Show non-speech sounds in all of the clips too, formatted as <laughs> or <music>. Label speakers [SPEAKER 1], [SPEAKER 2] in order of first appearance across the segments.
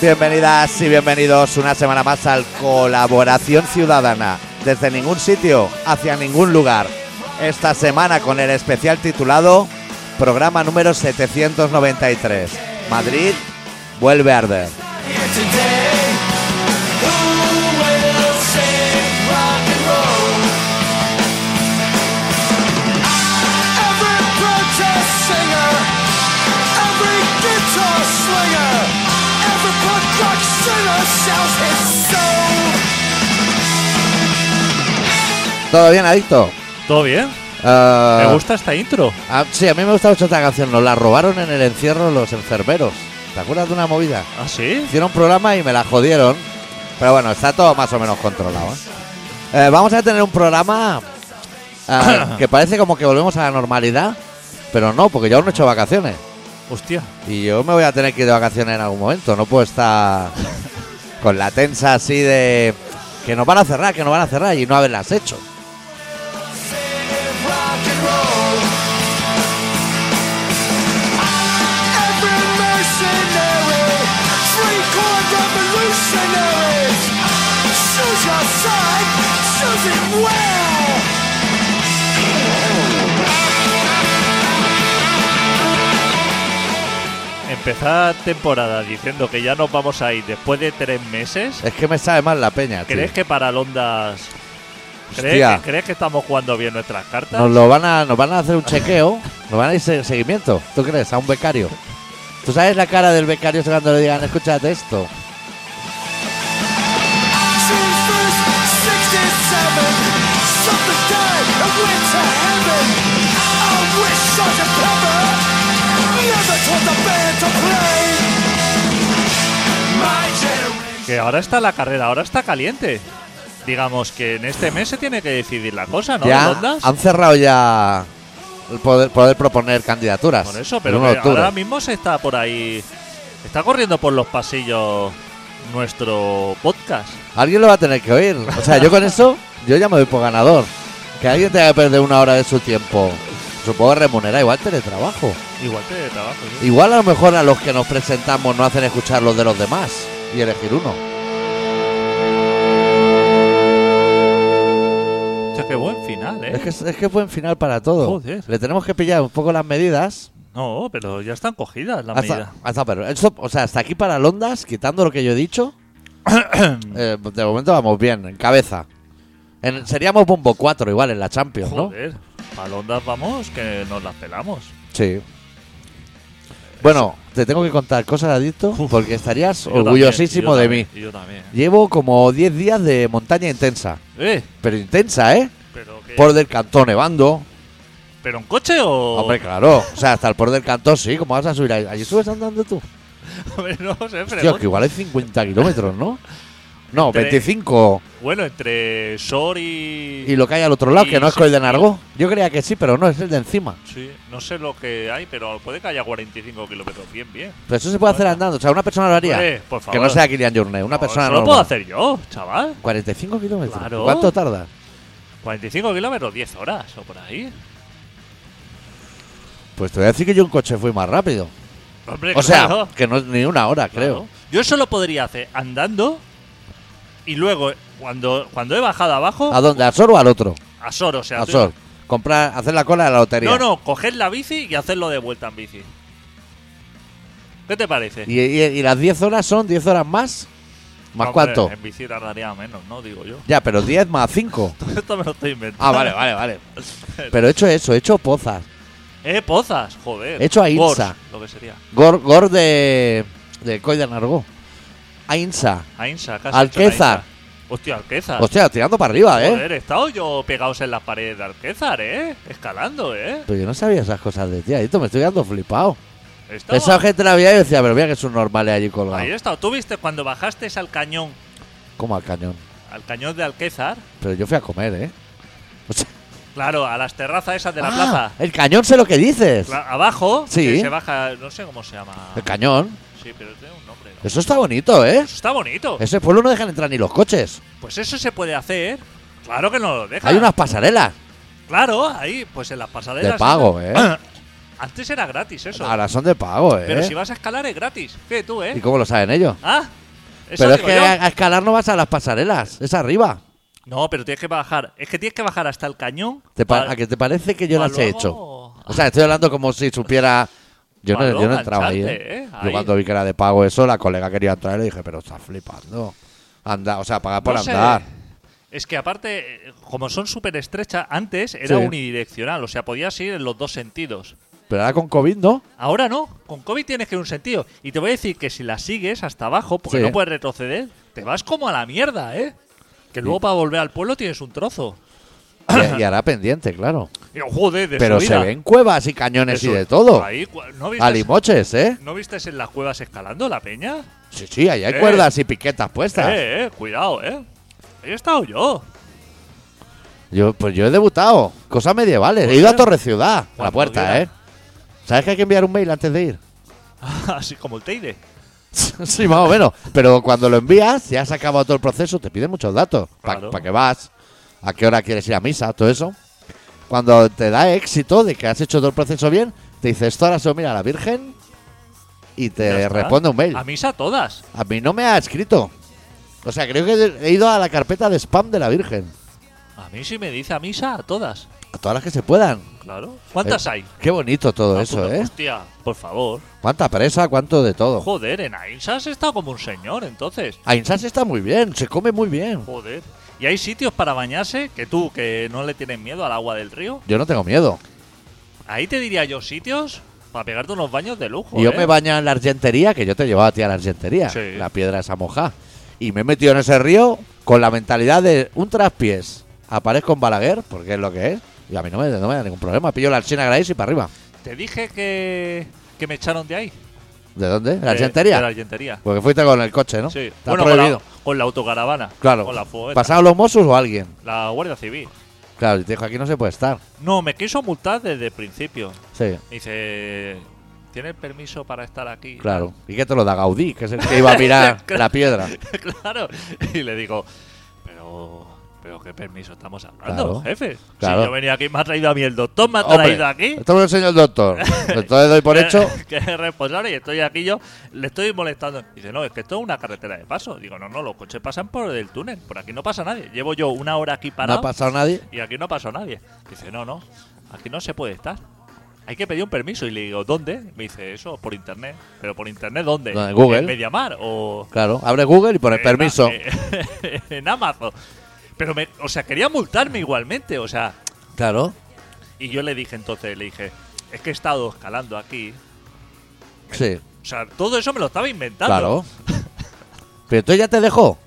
[SPEAKER 1] Bienvenidas y bienvenidos una semana más al Colaboración Ciudadana, desde ningún sitio, hacia ningún lugar. Esta semana con el especial titulado Programa número 793. Madrid vuelve a arder. ¿Todo bien, Adicto?
[SPEAKER 2] ¿Todo bien?
[SPEAKER 1] Ah,
[SPEAKER 2] Me gusta esta intro.
[SPEAKER 1] ah, sí, a mí me gusta mucho esta canción. Nos la robaron en el encierro los enfermeros. ¿Te acuerdas de una movida?
[SPEAKER 2] ¿Ah, sí?
[SPEAKER 1] Hicieron un programa y me la jodieron. Pero bueno, está todo más o menos controlado. ¿eh? Eh, vamos a tener un programa ah, que parece como que volvemos a la normalidad, pero no, porque yo aún no he hecho vacaciones.
[SPEAKER 2] Hostia.
[SPEAKER 1] Y yo me voy a tener que ir de vacaciones en algún momento. No puedo estar con la tensa así de que nos van a cerrar, que nos van a cerrar y no haberlas hecho.
[SPEAKER 3] Well!
[SPEAKER 2] Empezar temporada diciendo que ya nos vamos a ir después de tres meses.
[SPEAKER 1] Es que me sabe mal la peña, tío.
[SPEAKER 2] ¿Crees que para Londas. ¿crees
[SPEAKER 1] Hostia.
[SPEAKER 2] que, crees que estamos jugando bien nuestras cartas?
[SPEAKER 1] Nos lo van a, nos van a hacer un chequeo, nos van a ir se- seguimiento, ¿tú crees? A un becario. ¿Tú sabes la cara del becario cuando le digan, escúchate esto?
[SPEAKER 2] Que ahora está la carrera, ahora está caliente. Digamos que en este mes se tiene que decidir la cosa, ¿no?
[SPEAKER 1] ya
[SPEAKER 2] Londas.
[SPEAKER 1] han cerrado ya el poder, poder proponer candidaturas.
[SPEAKER 2] Por eso,
[SPEAKER 1] el
[SPEAKER 2] pero
[SPEAKER 1] 1 de
[SPEAKER 2] que
[SPEAKER 1] octubre.
[SPEAKER 2] ahora mismo se está por ahí. Está corriendo por los pasillos nuestro podcast.
[SPEAKER 1] Alguien lo va a tener que oír. O sea, yo con eso, yo ya me doy por ganador. Que alguien tenga que perder una hora de su tiempo. Supongo que remunera igual teletrabajo.
[SPEAKER 2] Igual te trabajo. ¿sí?
[SPEAKER 1] Igual a lo mejor a los que nos presentamos no hacen escuchar los de los demás y elegir uno.
[SPEAKER 2] Hostia, qué buen final, ¿eh?
[SPEAKER 1] Es que, es que buen final para todo.
[SPEAKER 2] Joder.
[SPEAKER 1] Le tenemos que pillar un poco las medidas.
[SPEAKER 2] No, pero ya están cogidas las medidas.
[SPEAKER 1] Hasta, hasta- pero eso- o sea, hasta aquí para Londas, quitando lo que yo he
[SPEAKER 2] <coughs>
[SPEAKER 1] dicho, eh, de momento vamos bien, en cabeza. En- seríamos bombo 4 igual en la Champions, ¿no?
[SPEAKER 2] Joder, palondas vamos que nos las pelamos.
[SPEAKER 1] Sí. Bueno, te tengo que contar cosas, Adicto,
[SPEAKER 2] Uf.
[SPEAKER 1] porque estarías
[SPEAKER 2] Yo
[SPEAKER 1] orgullosísimo de
[SPEAKER 2] también,
[SPEAKER 1] mí.
[SPEAKER 2] yo también, yo
[SPEAKER 1] Llevo como 10 días de montaña intensa,
[SPEAKER 2] también. Eh,
[SPEAKER 1] pero intensa, ¿eh?
[SPEAKER 2] pero, que-
[SPEAKER 1] Por del Cantón nevando.
[SPEAKER 2] ¿pero en coche o...?
[SPEAKER 1] Hombre, claro. O sea, hasta el por del Cantón sí, ¿cómo vas a subir ahí? Allí subes andando tú.
[SPEAKER 2] Hombre, <laughs> no sé, pero...
[SPEAKER 1] Tío, que igual hay 50 kilómetros,
[SPEAKER 2] <laughs>
[SPEAKER 1] ¿no? No,
[SPEAKER 2] Entre-
[SPEAKER 1] 25.
[SPEAKER 2] Bueno, entre Sor y...
[SPEAKER 1] Y lo que hay al otro lado,
[SPEAKER 2] y
[SPEAKER 1] que no es
[SPEAKER 2] sí,
[SPEAKER 1] con el de
[SPEAKER 2] sí.
[SPEAKER 1] Nargó. Yo creía que sí, pero no, es el de encima.
[SPEAKER 2] Sí, no sé lo que hay, pero puede que haya 45 kilómetros. Bien, bien.
[SPEAKER 1] Pero eso se puede hacer
[SPEAKER 2] Bueno.
[SPEAKER 1] andando. O sea, una persona lo haría.
[SPEAKER 2] Hombre, por favor.
[SPEAKER 1] Que no sea Kilian Journey, una
[SPEAKER 2] No,
[SPEAKER 1] persona
[SPEAKER 2] eso
[SPEAKER 1] normal.
[SPEAKER 2] lo puedo hacer yo, chaval.
[SPEAKER 1] 45 kilómetros.
[SPEAKER 2] Claro.
[SPEAKER 1] ¿Cuánto tarda?
[SPEAKER 2] 45 kilómetros, 10 horas o por ahí.
[SPEAKER 1] Pues te voy a decir que yo en coche fui más rápido.
[SPEAKER 2] Hombre,
[SPEAKER 1] O sea,
[SPEAKER 2] claro,
[SPEAKER 1] que no es ni una hora, creo.
[SPEAKER 2] claro. Yo eso lo podría hacer andando y luego, cuando, cuando he bajado abajo,
[SPEAKER 1] ¿A dónde? ¿A Sor o al otro?
[SPEAKER 2] a Sor, o sea...
[SPEAKER 1] A
[SPEAKER 2] tú-
[SPEAKER 1] Sor. Comprar, hacer la cola de la lotería.
[SPEAKER 2] No, no, coger la bici y hacerlo de vuelta en bici. ¿Qué te parece?
[SPEAKER 1] ¿Y, y- y las 10 horas son 10 horas más? ¿Más
[SPEAKER 2] Hombre,
[SPEAKER 1] cuánto?
[SPEAKER 2] En bici tardaría menos, ¿no? Digo yo. <laughs>
[SPEAKER 1] Ya, pero 10 más 5.
[SPEAKER 2] Esto me lo estoy inventando.
[SPEAKER 1] Ah, vale, vale,
[SPEAKER 2] <laughs>
[SPEAKER 1] vale. Pero he hecho eso, he hecho pozas.
[SPEAKER 2] Eh, pozas, joder.
[SPEAKER 1] Hecho a
[SPEAKER 2] Gors,
[SPEAKER 1] Insa.
[SPEAKER 2] Lo que sería.
[SPEAKER 1] Gor, gor de. de Coy de Nargó. A Insa.
[SPEAKER 2] A Insa, casi.
[SPEAKER 1] Alquézar.
[SPEAKER 2] Hostia, Alquézar.
[SPEAKER 1] Hostia, tirando para arriba, ¿eh?
[SPEAKER 2] Ah. Joder, he estado yo pegados en las paredes de Alquézar, ¿eh? Escalando, ¿eh?
[SPEAKER 1] Pero yo no sabía esas cosas de ti, Adicto, me estoy quedando flipado.
[SPEAKER 2] He estado-
[SPEAKER 1] Esa gente la veía y decía, pero mira que es un normal allí
[SPEAKER 2] Ahí ¿eh? he
[SPEAKER 1] colgado.
[SPEAKER 2] estado. Tú viste cuando bajaste al cañón,
[SPEAKER 1] Como al cañón.
[SPEAKER 2] al cañón de Alquézar.
[SPEAKER 1] Pero yo fui a comer, ¿eh? O sea,
[SPEAKER 2] Claro, a las terrazas esas de la
[SPEAKER 1] ah,
[SPEAKER 2] plaza.
[SPEAKER 1] El cañón sé lo que dices.
[SPEAKER 2] Cla- abajo,
[SPEAKER 1] Sí.
[SPEAKER 2] que se baja, no sé cómo se llama.
[SPEAKER 1] El cañón.
[SPEAKER 2] Sí, pero tiene un nombre. ¿no?
[SPEAKER 1] Eso está bonito, ¿eh?
[SPEAKER 2] Eso está bonito.
[SPEAKER 1] Ese pueblo no dejan entrar ni los coches.
[SPEAKER 2] Pues eso se puede hacer. Claro que no lo dejan.
[SPEAKER 1] Hay unas pasarelas
[SPEAKER 2] Claro, ahí, pues en las pasaderas.
[SPEAKER 1] de pago, ¿eh?
[SPEAKER 2] <clears throat> Antes era gratis eso.
[SPEAKER 1] Ahora son de pago, ¿eh?
[SPEAKER 2] Pero si vas a escalar es gratis. ¿Qué tú, eh?
[SPEAKER 1] ¿Y cómo lo saben ellos?
[SPEAKER 2] Ah, eso
[SPEAKER 1] Pero es
[SPEAKER 2] digo
[SPEAKER 1] que
[SPEAKER 2] yo.
[SPEAKER 1] a a escalar no vas a las pasarelas, es arriba.
[SPEAKER 2] No, pero tienes que bajar. Es que tienes que bajar hasta el cañón.
[SPEAKER 1] ¿Te pa-
[SPEAKER 2] para-
[SPEAKER 1] ¿A que te parece que yo
[SPEAKER 2] pa'
[SPEAKER 1] las he
[SPEAKER 2] luego-
[SPEAKER 1] hecho? O sea, estoy hablando como si supiera... Yo no,
[SPEAKER 2] Pa'
[SPEAKER 1] yo
[SPEAKER 2] luego
[SPEAKER 1] no entraba ahí,
[SPEAKER 2] engancharte,
[SPEAKER 1] ¿eh?
[SPEAKER 2] ¿eh?
[SPEAKER 1] Yo
[SPEAKER 2] Ahí.
[SPEAKER 1] cuando vi que era de pago eso, la colega quería entrar y le dije, pero estás flipando. Anda, o sea, pagar por
[SPEAKER 2] No sé.
[SPEAKER 1] andar.
[SPEAKER 2] Es que aparte, eh, como son súper estrechas, antes era
[SPEAKER 1] Sí.
[SPEAKER 2] unidireccional, o sea, podías ir en los dos sentidos.
[SPEAKER 1] Pero ahora con COVID,
[SPEAKER 2] <coughs>
[SPEAKER 1] ¿no?
[SPEAKER 2] Ahora no, con COVID tienes que ir en un sentido. Y te voy a decir que si la sigues hasta abajo, porque
[SPEAKER 1] Sí.
[SPEAKER 2] no puedes retroceder, te vas como a la mierda, ¿eh? Que
[SPEAKER 1] Mm.
[SPEAKER 2] luego para volver al pueblo tienes un trozo.
[SPEAKER 1] Y, y ahora pendiente, claro.
[SPEAKER 2] Y, joder, de
[SPEAKER 1] Pero
[SPEAKER 2] subida.
[SPEAKER 1] se ven cuevas y cañones y
[SPEAKER 2] su-
[SPEAKER 1] de todo.
[SPEAKER 2] Ahí, cua- ¿no, vistes,
[SPEAKER 1] Alimoches, ¿eh?
[SPEAKER 2] ¿No vistes en las cuevas escalando la peña?
[SPEAKER 1] Sí, sí, ahí hay
[SPEAKER 2] Eh.
[SPEAKER 1] cuerdas y piquetas puestas.
[SPEAKER 2] Eh, eh, cuidado, ¿eh? Ahí he estado yo. <laughs>
[SPEAKER 1] Yo, pues yo he debutado. Cosas medievales.
[SPEAKER 2] Pues
[SPEAKER 1] he ido a
[SPEAKER 2] ya.
[SPEAKER 1] Torre Ciudad. A la
[SPEAKER 2] Cuando
[SPEAKER 1] puerta,
[SPEAKER 2] quiera.
[SPEAKER 1] ¿eh? ¿Sabes que hay que enviar un mail antes de ir?
[SPEAKER 2] Así como el Teide.
[SPEAKER 1] <laughs> sí, más o menos. Pero cuando lo envías, ya se ha acabado todo el proceso. Te piden muchos datos. ¿Para
[SPEAKER 2] Claro.
[SPEAKER 1] qué vas? ¿A qué hora quieres ir a misa? Todo eso. Cuando te da éxito de que has hecho todo el proceso bien, te dice esto ahora se lo mira a la Virgen y
[SPEAKER 2] Ya
[SPEAKER 1] te
[SPEAKER 2] está.
[SPEAKER 1] responde un mail.
[SPEAKER 2] A misa todas.
[SPEAKER 1] A mí no me ha escrito. O sea, creo que he ido a la carpeta de spam de la Virgen.
[SPEAKER 2] A mí sí me dice a misa a todas.
[SPEAKER 1] A todas las que se puedan.
[SPEAKER 2] Claro. ¿Cuántas
[SPEAKER 1] Eh,
[SPEAKER 2] hay?
[SPEAKER 1] Qué bonito todo
[SPEAKER 2] Ah,
[SPEAKER 1] eso,
[SPEAKER 2] puta,
[SPEAKER 1] ¿eh? Oh.
[SPEAKER 2] Hostia, por favor.
[SPEAKER 1] Cuánta presa, cuánto de todo.
[SPEAKER 2] Joder, en Ainsa has estado como un señor, entonces.
[SPEAKER 1] Ainsas está muy bien, se come muy bien.
[SPEAKER 2] Joder. ¿Y hay sitios para bañarse que tú, que no le tienes miedo al agua del río?
[SPEAKER 1] Yo no tengo miedo.
[SPEAKER 2] Ahí te diría yo sitios para pegarte unos baños de lujo.
[SPEAKER 1] Y yo
[SPEAKER 2] ¿eh?
[SPEAKER 1] me baño en la argentería, que yo te llevaba a ti a la argentería,
[SPEAKER 2] Sí.
[SPEAKER 1] la piedra esa moja. Y me he metido en ese río con la mentalidad de un traspiés. Aparezco en Balaguer, porque es lo que es. Y a mí no me, no me da ningún problema. Pillo la archina Grace y para arriba.
[SPEAKER 2] Te dije que, que me echaron de ahí.
[SPEAKER 1] ¿De dónde? ¿La
[SPEAKER 2] De- Eh, De la
[SPEAKER 1] argentería?
[SPEAKER 2] argentería.
[SPEAKER 1] Porque fuiste con el coche, ¿no?
[SPEAKER 2] Sí.
[SPEAKER 1] Está
[SPEAKER 2] Bueno, con
[SPEAKER 1] prohibido.
[SPEAKER 2] la, con la autocaravana.
[SPEAKER 1] Claro.
[SPEAKER 2] Con la furgoneta.
[SPEAKER 1] ¿Pasaron los Mossos o alguien?
[SPEAKER 2] La Guardia Civil.
[SPEAKER 1] Claro, y te dijo, aquí no se puede estar.
[SPEAKER 2] No, me quiso multar desde el principio.
[SPEAKER 1] Sí,
[SPEAKER 2] Me dice, ¿tienes permiso para estar aquí?
[SPEAKER 1] claro. ¿Y qué te lo da Gaudí? Que es el que iba a
[SPEAKER 2] <laughs>
[SPEAKER 1] mirar la piedra.
[SPEAKER 2] claro. Y le digo, pero, pero qué permiso estamos hablando,
[SPEAKER 1] Claro,
[SPEAKER 2] jefe.
[SPEAKER 1] claro.
[SPEAKER 2] Si yo venía aquí, me ha traído a mí el doctor, me ha
[SPEAKER 1] Hombre,
[SPEAKER 2] traído aquí. Eh,
[SPEAKER 1] Esto me lo enseñó el
[SPEAKER 2] <laughs>
[SPEAKER 1] doctor. Entonces doy por
[SPEAKER 2] que-
[SPEAKER 1] hecho.
[SPEAKER 2] <laughs> Que es responsable y estoy aquí yo, le estoy molestando. Dice, no, es que esto es una carretera de paso. Digo, no, no, los coches pasan por el túnel, por aquí no pasa nadie. Llevo yo una hora aquí
[SPEAKER 1] No ha
[SPEAKER 2] parado
[SPEAKER 1] pasado nadie.
[SPEAKER 2] y aquí no ha pasado nadie. Dice, no, no, aquí no se puede estar. Hay que pedir un permiso. Y le digo, ¿dónde? Me dice, eso, por internet. ¿Pero por internet dónde?
[SPEAKER 1] No, en Google.
[SPEAKER 2] ¿En Mediamar o...?
[SPEAKER 1] Claro, abre Google y pone
[SPEAKER 2] en-
[SPEAKER 1] permiso.
[SPEAKER 2] eh, <laughs> en Amazon. Pero, me, o sea, quería multarme igualmente, o sea...
[SPEAKER 1] Claro.
[SPEAKER 2] Y yo le dije entonces, le dije, es que he estado escalando aquí. eh,
[SPEAKER 1] Sí,
[SPEAKER 2] O sea, todo eso me lo estaba inventando.
[SPEAKER 1] claro. Pero entonces ya te dejó.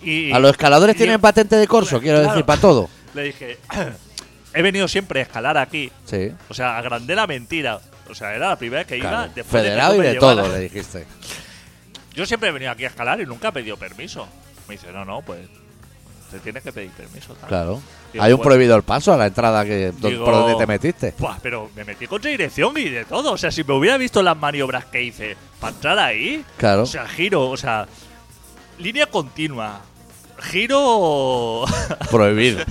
[SPEAKER 2] Y
[SPEAKER 1] A los escaladores
[SPEAKER 2] y
[SPEAKER 1] tienen
[SPEAKER 2] yo
[SPEAKER 1] patente de corso,
[SPEAKER 2] Claro.
[SPEAKER 1] quiero decir, para todo.
[SPEAKER 2] Le dije, <clears throat> he venido siempre a escalar aquí.
[SPEAKER 1] Sí.
[SPEAKER 2] O sea, agrandé la mentira. O sea, era la primera vez que
[SPEAKER 1] claro.
[SPEAKER 2] iba. después de que
[SPEAKER 1] Federado
[SPEAKER 2] tú
[SPEAKER 1] y
[SPEAKER 2] me
[SPEAKER 1] de
[SPEAKER 2] llevaras.
[SPEAKER 1] todo, le dijiste.
[SPEAKER 2] Yo siempre he venido aquí a escalar y nunca he pedido permiso. Me dice, no, no, pues te tienes que pedir permiso. tal.
[SPEAKER 1] Claro.
[SPEAKER 2] Digo,
[SPEAKER 1] Hay un
[SPEAKER 2] bueno.
[SPEAKER 1] prohibido el paso a la entrada que do-
[SPEAKER 2] Digo-
[SPEAKER 1] por donde te metiste.
[SPEAKER 2] Buah, pero me metí contra dirección y de todo. O sea, si me hubiera visto las maniobras que hice para entrar ahí,
[SPEAKER 1] Claro.
[SPEAKER 2] <laughs> o sea, giro, o sea, línea continua, giro,
[SPEAKER 1] Prohibido.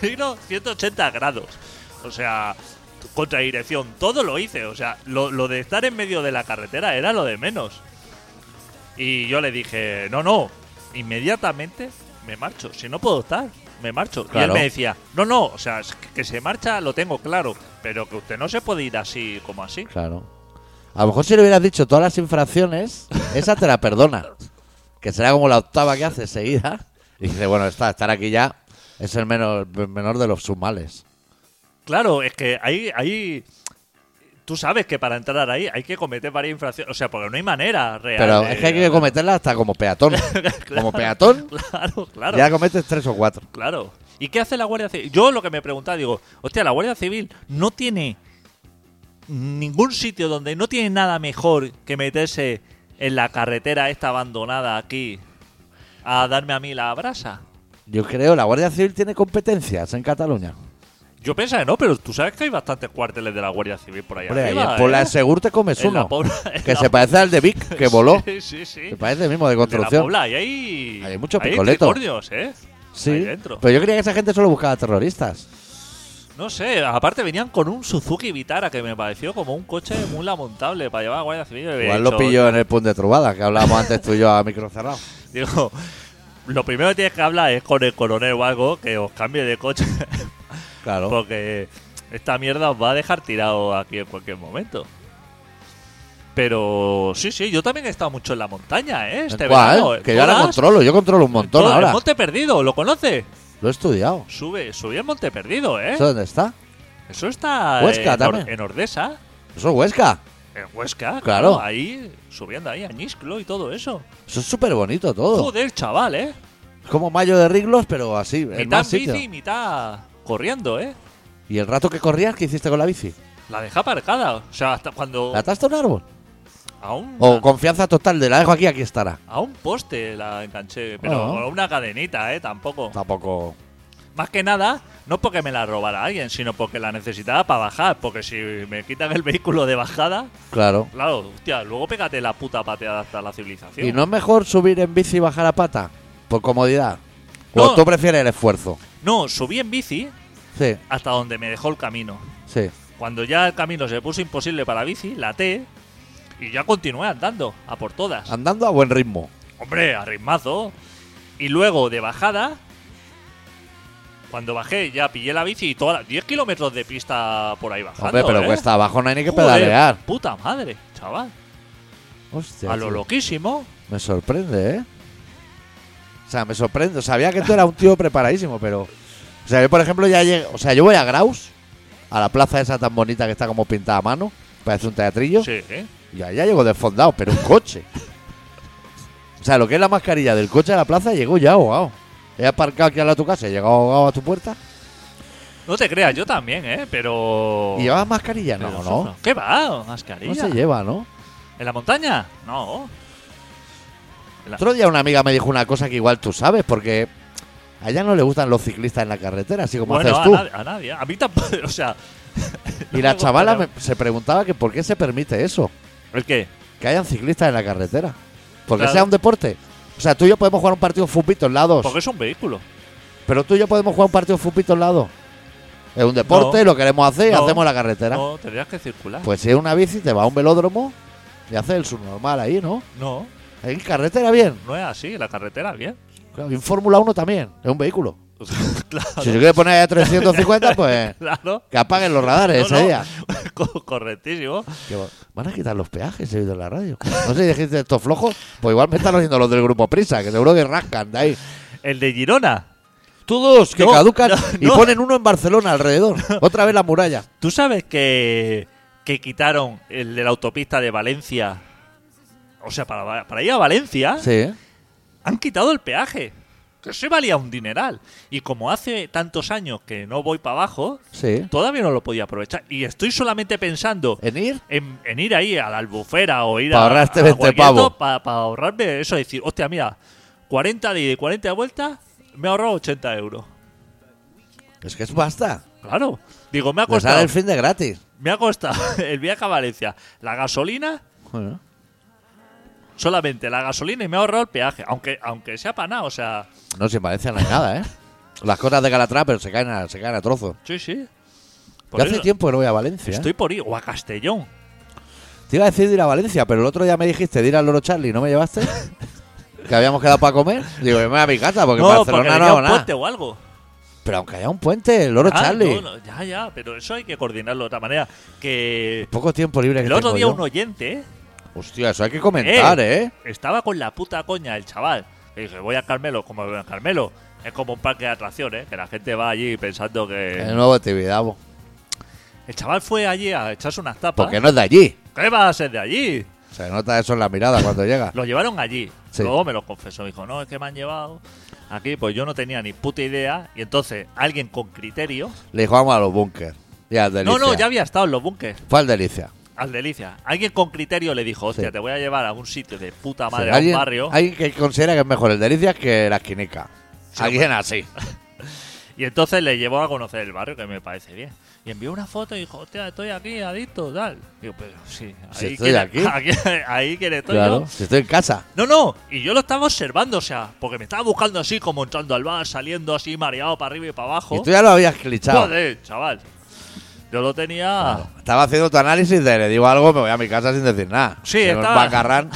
[SPEAKER 2] giro 180 grados, o sea, contra dirección, todo lo hice. O sea, lo, lo de estar en medio de la carretera era lo de menos. Y yo le dije, no, no, inmediatamente me marcho. Si no puedo estar, me marcho. Y él
[SPEAKER 1] Claro.
[SPEAKER 2] me decía, no, no, o sea, es que- que se marcha lo tengo claro, pero que usted no se puede ir así como así.
[SPEAKER 1] Claro. A lo mejor si le hubieras dicho todas las infracciones, esa te la perdona. Que será como la octava que hace seguida. Y dice, bueno, está, estar aquí ya es el menor, el menor de los sumales.
[SPEAKER 2] Claro, es que ahí, ahí. Tú sabes que para entrar ahí hay que cometer varias infracciones. O sea, porque no hay manera real.
[SPEAKER 1] Pero
[SPEAKER 2] de-
[SPEAKER 1] es que hay que cometerla hasta como peatón. Como peatón,
[SPEAKER 2] <laughs> Claro, claro.
[SPEAKER 1] ya cometes tres o cuatro.
[SPEAKER 2] Claro. ¿Y qué hace la Guardia Civil? Yo lo que me preguntaba, digo, hostia, la Guardia Civil no tiene ningún sitio donde no tiene nada mejor que meterse en la carretera esta abandonada aquí a darme a mí la brasa.
[SPEAKER 1] Yo creo, la Guardia Civil tiene competencias en Cataluña.
[SPEAKER 2] Yo pensaba que no, pero tú sabes que hay bastantes cuarteles de la Guardia Civil por ahí
[SPEAKER 1] Hombre, ahí
[SPEAKER 2] arriba,
[SPEAKER 1] en Puebla
[SPEAKER 2] ¿eh?
[SPEAKER 1] de Segur te comes
[SPEAKER 2] En la
[SPEAKER 1] uno.
[SPEAKER 2] Pobla- en
[SPEAKER 1] Que
[SPEAKER 2] la-
[SPEAKER 1] se parece al de Vic, que voló.
[SPEAKER 2] <laughs> Sí, sí, sí.
[SPEAKER 1] Se parece el mismo de
[SPEAKER 2] de la
[SPEAKER 1] construcción.
[SPEAKER 2] Pobla, y hay,
[SPEAKER 1] Hay mucho picoleto.
[SPEAKER 2] tricornios, ¿eh?
[SPEAKER 1] Sí,
[SPEAKER 2] Ahí dentro.
[SPEAKER 1] pero yo creía que esa gente solo buscaba terroristas.
[SPEAKER 2] No sé, aparte venían con un Suzuki Vitara que me pareció como un coche muy lamentable para llevar a Guardia Civil. Y
[SPEAKER 1] Igual
[SPEAKER 2] he
[SPEAKER 1] lo
[SPEAKER 2] dicho,
[SPEAKER 1] pilló en el punt de Trubada, que hablábamos antes tú y yo a micro cerrado.
[SPEAKER 2] Digo, lo primero que tienes que hablar es con el coronel o algo que os cambie
[SPEAKER 1] <laughs>
[SPEAKER 2] de coche Pues,
[SPEAKER 1] Claro.
[SPEAKER 2] porque esta mierda os va a dejar tirado aquí en cualquier momento. Pero sí, sí, yo también he estado mucho en la montaña, ¿eh? Este
[SPEAKER 1] Igual,
[SPEAKER 2] verano.
[SPEAKER 1] que yo ahora
[SPEAKER 2] Todas-
[SPEAKER 1] controlo, yo controlo un montón
[SPEAKER 2] todo- el
[SPEAKER 1] ahora.
[SPEAKER 2] Monte Perdido, ¿lo conoce?
[SPEAKER 1] Lo he estudiado.
[SPEAKER 2] Sube, subí al Monte Perdido, ¿eh?
[SPEAKER 1] ¿Eso dónde está?
[SPEAKER 2] Eso está
[SPEAKER 1] Huesca
[SPEAKER 2] en, Or-
[SPEAKER 1] también.
[SPEAKER 2] en Ordesa,
[SPEAKER 1] Eso es Huesca.
[SPEAKER 2] en Huesca,
[SPEAKER 1] Claro.
[SPEAKER 2] claro. Ahí, subiendo ahí, Añisclo y todo eso.
[SPEAKER 1] Eso es súper bonito todo.
[SPEAKER 2] Joder, chaval, ¿eh?
[SPEAKER 1] Es como mayo de riglos, pero así, en
[SPEAKER 2] mitad
[SPEAKER 1] más
[SPEAKER 2] en bici,
[SPEAKER 1] sitio.
[SPEAKER 2] mitad corriendo, ¿eh?
[SPEAKER 1] ¿Y el rato que corrías, qué hiciste con la bici?
[SPEAKER 2] La dejé aparcada. O sea, hasta cuando.
[SPEAKER 1] ¿La ataste a un árbol?
[SPEAKER 2] A un,
[SPEAKER 1] O confianza total, de la dejo aquí, aquí estará.
[SPEAKER 2] a un poste la enganché, pero
[SPEAKER 1] Ah.
[SPEAKER 2] con una cadenita, ¿eh? Tampoco.
[SPEAKER 1] Tampoco.
[SPEAKER 2] Más que nada, no porque me la robara alguien, sino porque la necesitaba para bajar. Porque si me quitan el vehículo de bajada,
[SPEAKER 1] Claro.
[SPEAKER 2] claro, hostia, luego pégate la puta pateada hasta la civilización.
[SPEAKER 1] ¿Y no es mejor subir en bici y bajar a pata? Por comodidad. ¿O
[SPEAKER 2] No.
[SPEAKER 1] tú prefieres el esfuerzo?
[SPEAKER 2] No, subí en bici
[SPEAKER 1] Sí,
[SPEAKER 2] hasta donde me dejó el camino.
[SPEAKER 1] sí.
[SPEAKER 2] Cuando ya el camino se puso imposible para la bici, la T y ya continué andando a por todas.
[SPEAKER 1] Andando a buen ritmo.
[SPEAKER 2] Hombre, a ritmazo. Y luego de bajada, cuando bajé ya pillé la bici y todas las 10 kilómetros de pista por ahí bajando.
[SPEAKER 1] Hombre, pero
[SPEAKER 2] ¿eh?
[SPEAKER 1] cuesta abajo, no hay ni que
[SPEAKER 2] Joder,
[SPEAKER 1] pedalear.
[SPEAKER 2] Puta madre, chaval.
[SPEAKER 1] Hostia.
[SPEAKER 2] A lo
[SPEAKER 1] tío.
[SPEAKER 2] loquísimo.
[SPEAKER 1] Me sorprende, ¿eh? O sea, me sorprende. Sabía que tú eras un tío preparadísimo, pero. O sea, yo, por ejemplo, ya llegué. O sea, yo voy a Graus, a la plaza esa tan bonita que está como pintada a mano. Parece un teatrillo.
[SPEAKER 2] Sí, ¿eh?
[SPEAKER 1] Y ahí ya llego desfondado, pero un coche. O sea, lo que es la mascarilla del coche a la plaza llegó ya ahogado. He aparcado aquí al lado de tu casa, he llegado ahogado a tu puerta.
[SPEAKER 2] No te creas, yo también, ¿eh? Pero.
[SPEAKER 1] ¿Y llevas mascarilla?
[SPEAKER 2] pero
[SPEAKER 1] No,
[SPEAKER 2] eso
[SPEAKER 1] no.
[SPEAKER 2] ¿Qué va?
[SPEAKER 1] No
[SPEAKER 2] Mascarilla.
[SPEAKER 1] se lleva, ¿no?
[SPEAKER 2] ¿En la montaña? No. La-
[SPEAKER 1] Otro día una amiga me dijo una cosa que igual tú sabes, porque a ella no le gustan los ciclistas en la carretera, así como
[SPEAKER 2] bueno,
[SPEAKER 1] haces
[SPEAKER 2] a,
[SPEAKER 1] tú.
[SPEAKER 2] nadie- a nadie. A mí tampoco. <laughs> O sea.
[SPEAKER 1] Y la
[SPEAKER 2] <laughs> no me
[SPEAKER 1] chavala
[SPEAKER 2] gustaría-
[SPEAKER 1] me- se preguntaba que por qué se permite eso,
[SPEAKER 2] ¿El qué?
[SPEAKER 1] que hayan ciclistas en la carretera. Porque
[SPEAKER 2] Claro.
[SPEAKER 1] sea un deporte. O sea, tú y yo podemos jugar un partido de futbito en la 2,
[SPEAKER 2] Porque es un vehículo.
[SPEAKER 1] pero tú y yo podemos jugar un partido de futbito en la 2. Es un deporte,
[SPEAKER 2] No.
[SPEAKER 1] lo queremos hacer y
[SPEAKER 2] No.
[SPEAKER 1] hacemos en la carretera.
[SPEAKER 2] No, tendrías que circular.
[SPEAKER 1] Pues si es una bici, te va a un velódromo y haces el subnormal ahí, ¿no?
[SPEAKER 2] No,
[SPEAKER 1] En carretera bien.
[SPEAKER 2] no es así. La carretera,
[SPEAKER 1] <laughs>
[SPEAKER 2] bien.
[SPEAKER 1] Claro, y en Fórmula 1 también, es un vehículo.
[SPEAKER 2] claro.
[SPEAKER 1] Si se quiere poner a 350,
[SPEAKER 2] <laughs>
[SPEAKER 1] pues
[SPEAKER 2] Claro.
[SPEAKER 1] que apaguen los radares
[SPEAKER 2] No,
[SPEAKER 1] ese
[SPEAKER 2] no.
[SPEAKER 1] día.
[SPEAKER 2] Co- Correctísimo.
[SPEAKER 1] Que va- van a quitar los peajes, he oído en la radio. No sé si dijiste estos flojos, pues igual me están oyendo los del grupo Prisa, que seguro que rascan de ahí.
[SPEAKER 2] El de Girona.
[SPEAKER 1] Todos que
[SPEAKER 2] No,
[SPEAKER 1] caducan
[SPEAKER 2] no,
[SPEAKER 1] y
[SPEAKER 2] no.
[SPEAKER 1] ponen uno en Barcelona
[SPEAKER 2] <laughs>
[SPEAKER 1] alrededor. Otra vez la muralla.
[SPEAKER 2] ¿Tú sabes que, que quitaron el de la autopista de Valencia? O sea, para, Va- para ir a Valencia
[SPEAKER 1] Sí, ¿eh?
[SPEAKER 2] han quitado el peaje. Que se valía un dineral. Y como hace tantos años que no voy para abajo,
[SPEAKER 1] sí.
[SPEAKER 2] todavía no lo podía aprovechar. Y estoy solamente pensando
[SPEAKER 1] En ir,
[SPEAKER 2] en, en ir ahí a la albufera o ir
[SPEAKER 1] Pa'
[SPEAKER 2] a.
[SPEAKER 1] ahorrarte 20 pavos.
[SPEAKER 2] Para ahorrarme eso, decir, hostia, mira, 40 de ida y 40 de vuelta, me he ahorrado 80 euros.
[SPEAKER 1] es que es basta.
[SPEAKER 2] Claro. Digo, me ha
[SPEAKER 1] Les sale
[SPEAKER 2] costado.
[SPEAKER 1] Pues el fin de gratis.
[SPEAKER 2] Me ha costado <laughs> el viaje a Valencia. La gasolina,
[SPEAKER 1] Bueno,
[SPEAKER 2] solamente la gasolina y me ha ahorrado el peaje. Aunque, aunque sea para nada, o sea.
[SPEAKER 1] no se parecen a nada, ¿eh? Las cosas de Calatrava, pero se caen a, se caen a trozos.
[SPEAKER 2] Sí, sí. Por
[SPEAKER 1] Yo hace
[SPEAKER 2] eso
[SPEAKER 1] tiempo que no voy a Valencia. ¿eh?
[SPEAKER 2] Estoy por ir. O a Castellón.
[SPEAKER 1] Te iba a decir de ir a Valencia, pero el otro día me dijiste de ir al Loro Charlie, ¿no me
[SPEAKER 2] <laughs>
[SPEAKER 1] llevaste? que habíamos quedado para comer. Digo, yo me voy a mi casa porque en
[SPEAKER 2] porque
[SPEAKER 1] Barcelona no
[SPEAKER 2] tenía
[SPEAKER 1] hago
[SPEAKER 2] un
[SPEAKER 1] nada.
[SPEAKER 2] puente o algo.
[SPEAKER 1] Pero aunque haya un puente, el Loro
[SPEAKER 2] Ah,
[SPEAKER 1] Charlie.
[SPEAKER 2] no, no, ya, ya, pero eso hay que coordinarlo de otra manera. Que
[SPEAKER 1] Poco tiempo libre que
[SPEAKER 2] el otro
[SPEAKER 1] tengo
[SPEAKER 2] día
[SPEAKER 1] yo.
[SPEAKER 2] un oyente
[SPEAKER 1] Hostia, eso hay que comentar, ¿eh?
[SPEAKER 2] estaba con la puta coña el chaval. Le dije, voy a Carmelo, como voy a Carmelo. Es como un parque de atracciones, que la gente va allí pensando
[SPEAKER 1] Es
[SPEAKER 2] que.
[SPEAKER 1] nuevo actividad, bo.
[SPEAKER 2] El chaval fue allí a echarse unas tapas.
[SPEAKER 1] porque no es de allí.
[SPEAKER 2] ¿Qué va a ser de allí?
[SPEAKER 1] Se nota eso en la mirada cuando
[SPEAKER 2] <laughs>
[SPEAKER 1] llega.
[SPEAKER 2] Lo llevaron allí.
[SPEAKER 1] Sí.
[SPEAKER 2] Luego me lo confesó. Dijo, no, es que me han llevado aquí. Pues yo no tenía ni puta idea. Y entonces alguien con criterio.
[SPEAKER 1] Le dijo, vamos a los búnker. Ya, al delicia.
[SPEAKER 2] No, no, ya había estado en los bunkers.
[SPEAKER 1] Fue al delicia.
[SPEAKER 2] Al Delicia. Alguien con criterio le dijo, hostia,
[SPEAKER 1] Sí.
[SPEAKER 2] te voy a llevar a un sitio de puta
[SPEAKER 1] O
[SPEAKER 2] madre,
[SPEAKER 1] sea,
[SPEAKER 2] a un
[SPEAKER 1] alguien,
[SPEAKER 2] barrio.
[SPEAKER 1] alguien que considera que es mejor el delicia que la esquinica.
[SPEAKER 2] Sí,
[SPEAKER 1] alguien así.
[SPEAKER 2] <laughs> Y entonces le llevó a conocer el barrio, que me parece bien. Y envió una foto y dijo, hostia, estoy aquí, adicto, tal. Digo, pero sí, ahí
[SPEAKER 1] Si estoy
[SPEAKER 2] quién-
[SPEAKER 1] aquí.
[SPEAKER 2] <laughs> ahí quien estoy
[SPEAKER 1] Claro,
[SPEAKER 2] yo.
[SPEAKER 1] si estoy en casa.
[SPEAKER 2] No, no, y yo lo estaba observando, o sea, porque me estaba buscando así, como entrando al bar, saliendo así, mareado para arriba y para abajo.
[SPEAKER 1] Y tú ya lo habías clichado.
[SPEAKER 2] Joder, chaval. Yo lo tenía.
[SPEAKER 1] Estaba haciendo tu análisis de le digo algo, me voy a mi casa sin decir nada.
[SPEAKER 2] Sí,
[SPEAKER 1] Tengo el
[SPEAKER 2] estaba- <laughs>
[SPEAKER 1] Bacarrán.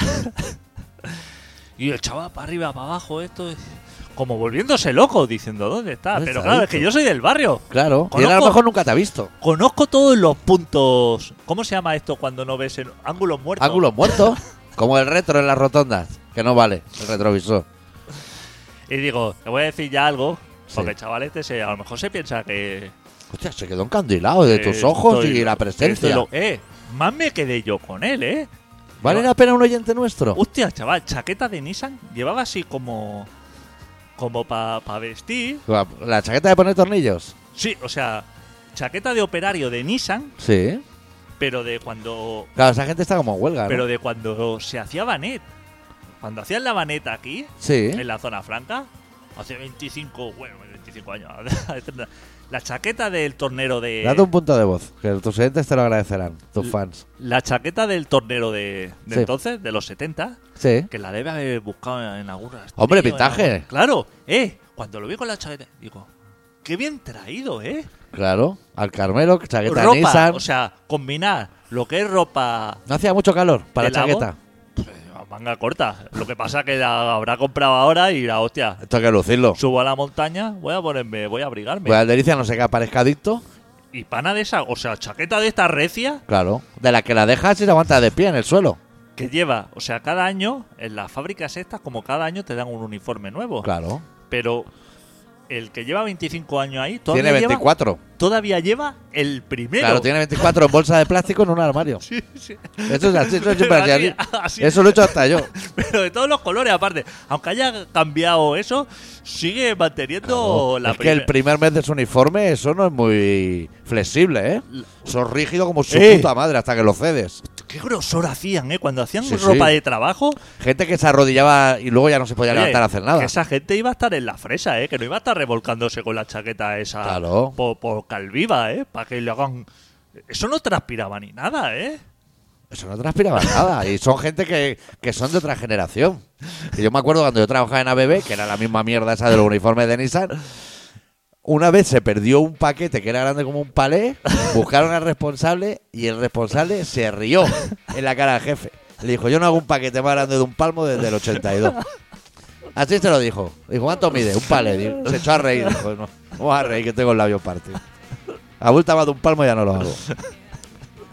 [SPEAKER 2] Y el chaval para arriba, para abajo, esto. es- Como volviéndose loco, diciendo dónde está.
[SPEAKER 1] ¿Dónde
[SPEAKER 2] Pero
[SPEAKER 1] está
[SPEAKER 2] claro, es
[SPEAKER 1] esto?
[SPEAKER 2] que yo soy del barrio.
[SPEAKER 1] Claro. Y él a lo
[SPEAKER 2] Conozco-
[SPEAKER 1] mejor nunca te ha visto.
[SPEAKER 2] Conozco todos los puntos. ¿Cómo se llama esto cuando no ves el ángulo muerto?
[SPEAKER 1] Ángulos muertos. Como el retro en las rotondas. Que no vale el retrovisor.
[SPEAKER 2] Y digo, te voy a decir ya algo.
[SPEAKER 1] Sí.
[SPEAKER 2] Porque el chaval este se- a lo mejor se piensa que.
[SPEAKER 1] Hostia, se quedó encandilado de
[SPEAKER 2] que
[SPEAKER 1] tus ojos
[SPEAKER 2] Eh, estoy-
[SPEAKER 1] y la
[SPEAKER 2] que
[SPEAKER 1] presencia.
[SPEAKER 2] estoy lo- eh, más me quedé yo con él, eh.
[SPEAKER 1] ¿Vale
[SPEAKER 2] Lleva-
[SPEAKER 1] la pena un oyente nuestro?
[SPEAKER 2] Hostia, chaval, chaqueta de Nissan. Llevaba así como. Como para vestir.
[SPEAKER 1] La- La chaqueta de poner tornillos.
[SPEAKER 2] Sí, o sea, chaqueta de operario de Nissan,
[SPEAKER 1] Sí.
[SPEAKER 2] pero de cuando
[SPEAKER 1] Claro, esa gente está como en huelga. ¿no?
[SPEAKER 2] Pero de cuando se hacía Banet. Cuando hacían la Banet aquí,
[SPEAKER 1] sí.
[SPEAKER 2] en la zona franca, hace 25, bueno, 25 años. <laughs> la chaqueta del tornero de.
[SPEAKER 1] Date un punto de voz, que tus oyentes te lo agradecerán, tus
[SPEAKER 2] L-
[SPEAKER 1] fans.
[SPEAKER 2] La chaqueta del tornero de, de
[SPEAKER 1] Sí.
[SPEAKER 2] entonces, de los 70,
[SPEAKER 1] Sí.
[SPEAKER 2] que la debe haber buscado en alguna.
[SPEAKER 1] Hombre,
[SPEAKER 2] en
[SPEAKER 1] vintage.
[SPEAKER 2] alguna- Claro, eh. Cuando lo vi con la chaqueta, digo, qué bien traído, eh.
[SPEAKER 1] Claro. Al Carmelo, chaqueta
[SPEAKER 2] ropa,
[SPEAKER 1] Nissan.
[SPEAKER 2] o sea, combinar lo que es ropa
[SPEAKER 1] no hacía mucho calor para
[SPEAKER 2] ¿de
[SPEAKER 1] la
[SPEAKER 2] lavo?
[SPEAKER 1] chaqueta.
[SPEAKER 2] A manga corta. Lo que pasa que la habrá comprado ahora y la hostia.
[SPEAKER 1] Esto hay que lucirlo.
[SPEAKER 2] Subo a la montaña, voy a ponerme, voy a abrigarme.
[SPEAKER 1] Voy al delicia, no sé qué aparezca adicto.
[SPEAKER 2] Y pana de esa, o sea, chaqueta de esta recia
[SPEAKER 1] Claro. De la que la dejas y se aguanta de pie en el suelo.
[SPEAKER 2] que lleva, o sea, cada año en las fábricas estas, como cada año te dan un uniforme nuevo.
[SPEAKER 1] Claro.
[SPEAKER 2] Pero el que lleva 25 años ahí, todavía,
[SPEAKER 1] Tiene 24.
[SPEAKER 2] Lleva, todavía lleva el primero.
[SPEAKER 1] Claro, tiene 24 en bolsa de plástico en un armario.
[SPEAKER 2] <laughs> Sí, sí.
[SPEAKER 1] Eso es así, eso es siempre así.
[SPEAKER 2] <laughs> Así, así.
[SPEAKER 1] Eso lo he hecho hasta
[SPEAKER 2] <laughs>
[SPEAKER 1] yo.
[SPEAKER 2] Pero de todos los colores, aparte. Aunque haya cambiado eso, sigue manteniendo
[SPEAKER 1] Claro.
[SPEAKER 2] Oh, la
[SPEAKER 1] es que el
[SPEAKER 2] primera.
[SPEAKER 1] primer mes de su uniforme, eso no es muy flexible, ¿eh?
[SPEAKER 2] L-
[SPEAKER 1] Eso es rígido como su
[SPEAKER 2] ¡Eh!
[SPEAKER 1] puta madre hasta que lo cedes.
[SPEAKER 2] Qué grosor hacían, ¿eh? Cuando hacían
[SPEAKER 1] Sí,
[SPEAKER 2] ropa
[SPEAKER 1] sí.
[SPEAKER 2] de trabajo.
[SPEAKER 1] Gente que se arrodillaba y luego ya no se podía
[SPEAKER 2] oye,
[SPEAKER 1] levantar a hacer
[SPEAKER 2] que
[SPEAKER 1] nada.
[SPEAKER 2] esa gente iba a estar en la fresa, ¿eh? Que no iba a estar revolcándose con la chaqueta esa.
[SPEAKER 1] Claro.
[SPEAKER 2] Por, por calviva, ¿eh? Para que le hagan. Eso no transpiraba ni nada, ¿eh?
[SPEAKER 1] Eso no transpiraba nada. Y son gente que, que son de otra generación. Y yo me acuerdo cuando yo trabajaba en ABB, que era la misma mierda esa de los uniformes de Nissan. Una vez se perdió un paquete que era grande como un palé, buscaron al responsable y el responsable se rió en la cara al jefe. Le dijo, yo no hago un paquete más grande de un palmo desde el 82. Así se lo dijo. Dijo, ¿cuánto mide? Un palé. Dijo, Se echó a reír. Dijo, no, vamos a reír que tengo el labio partido. Abulta más de un palmo ya no lo hago.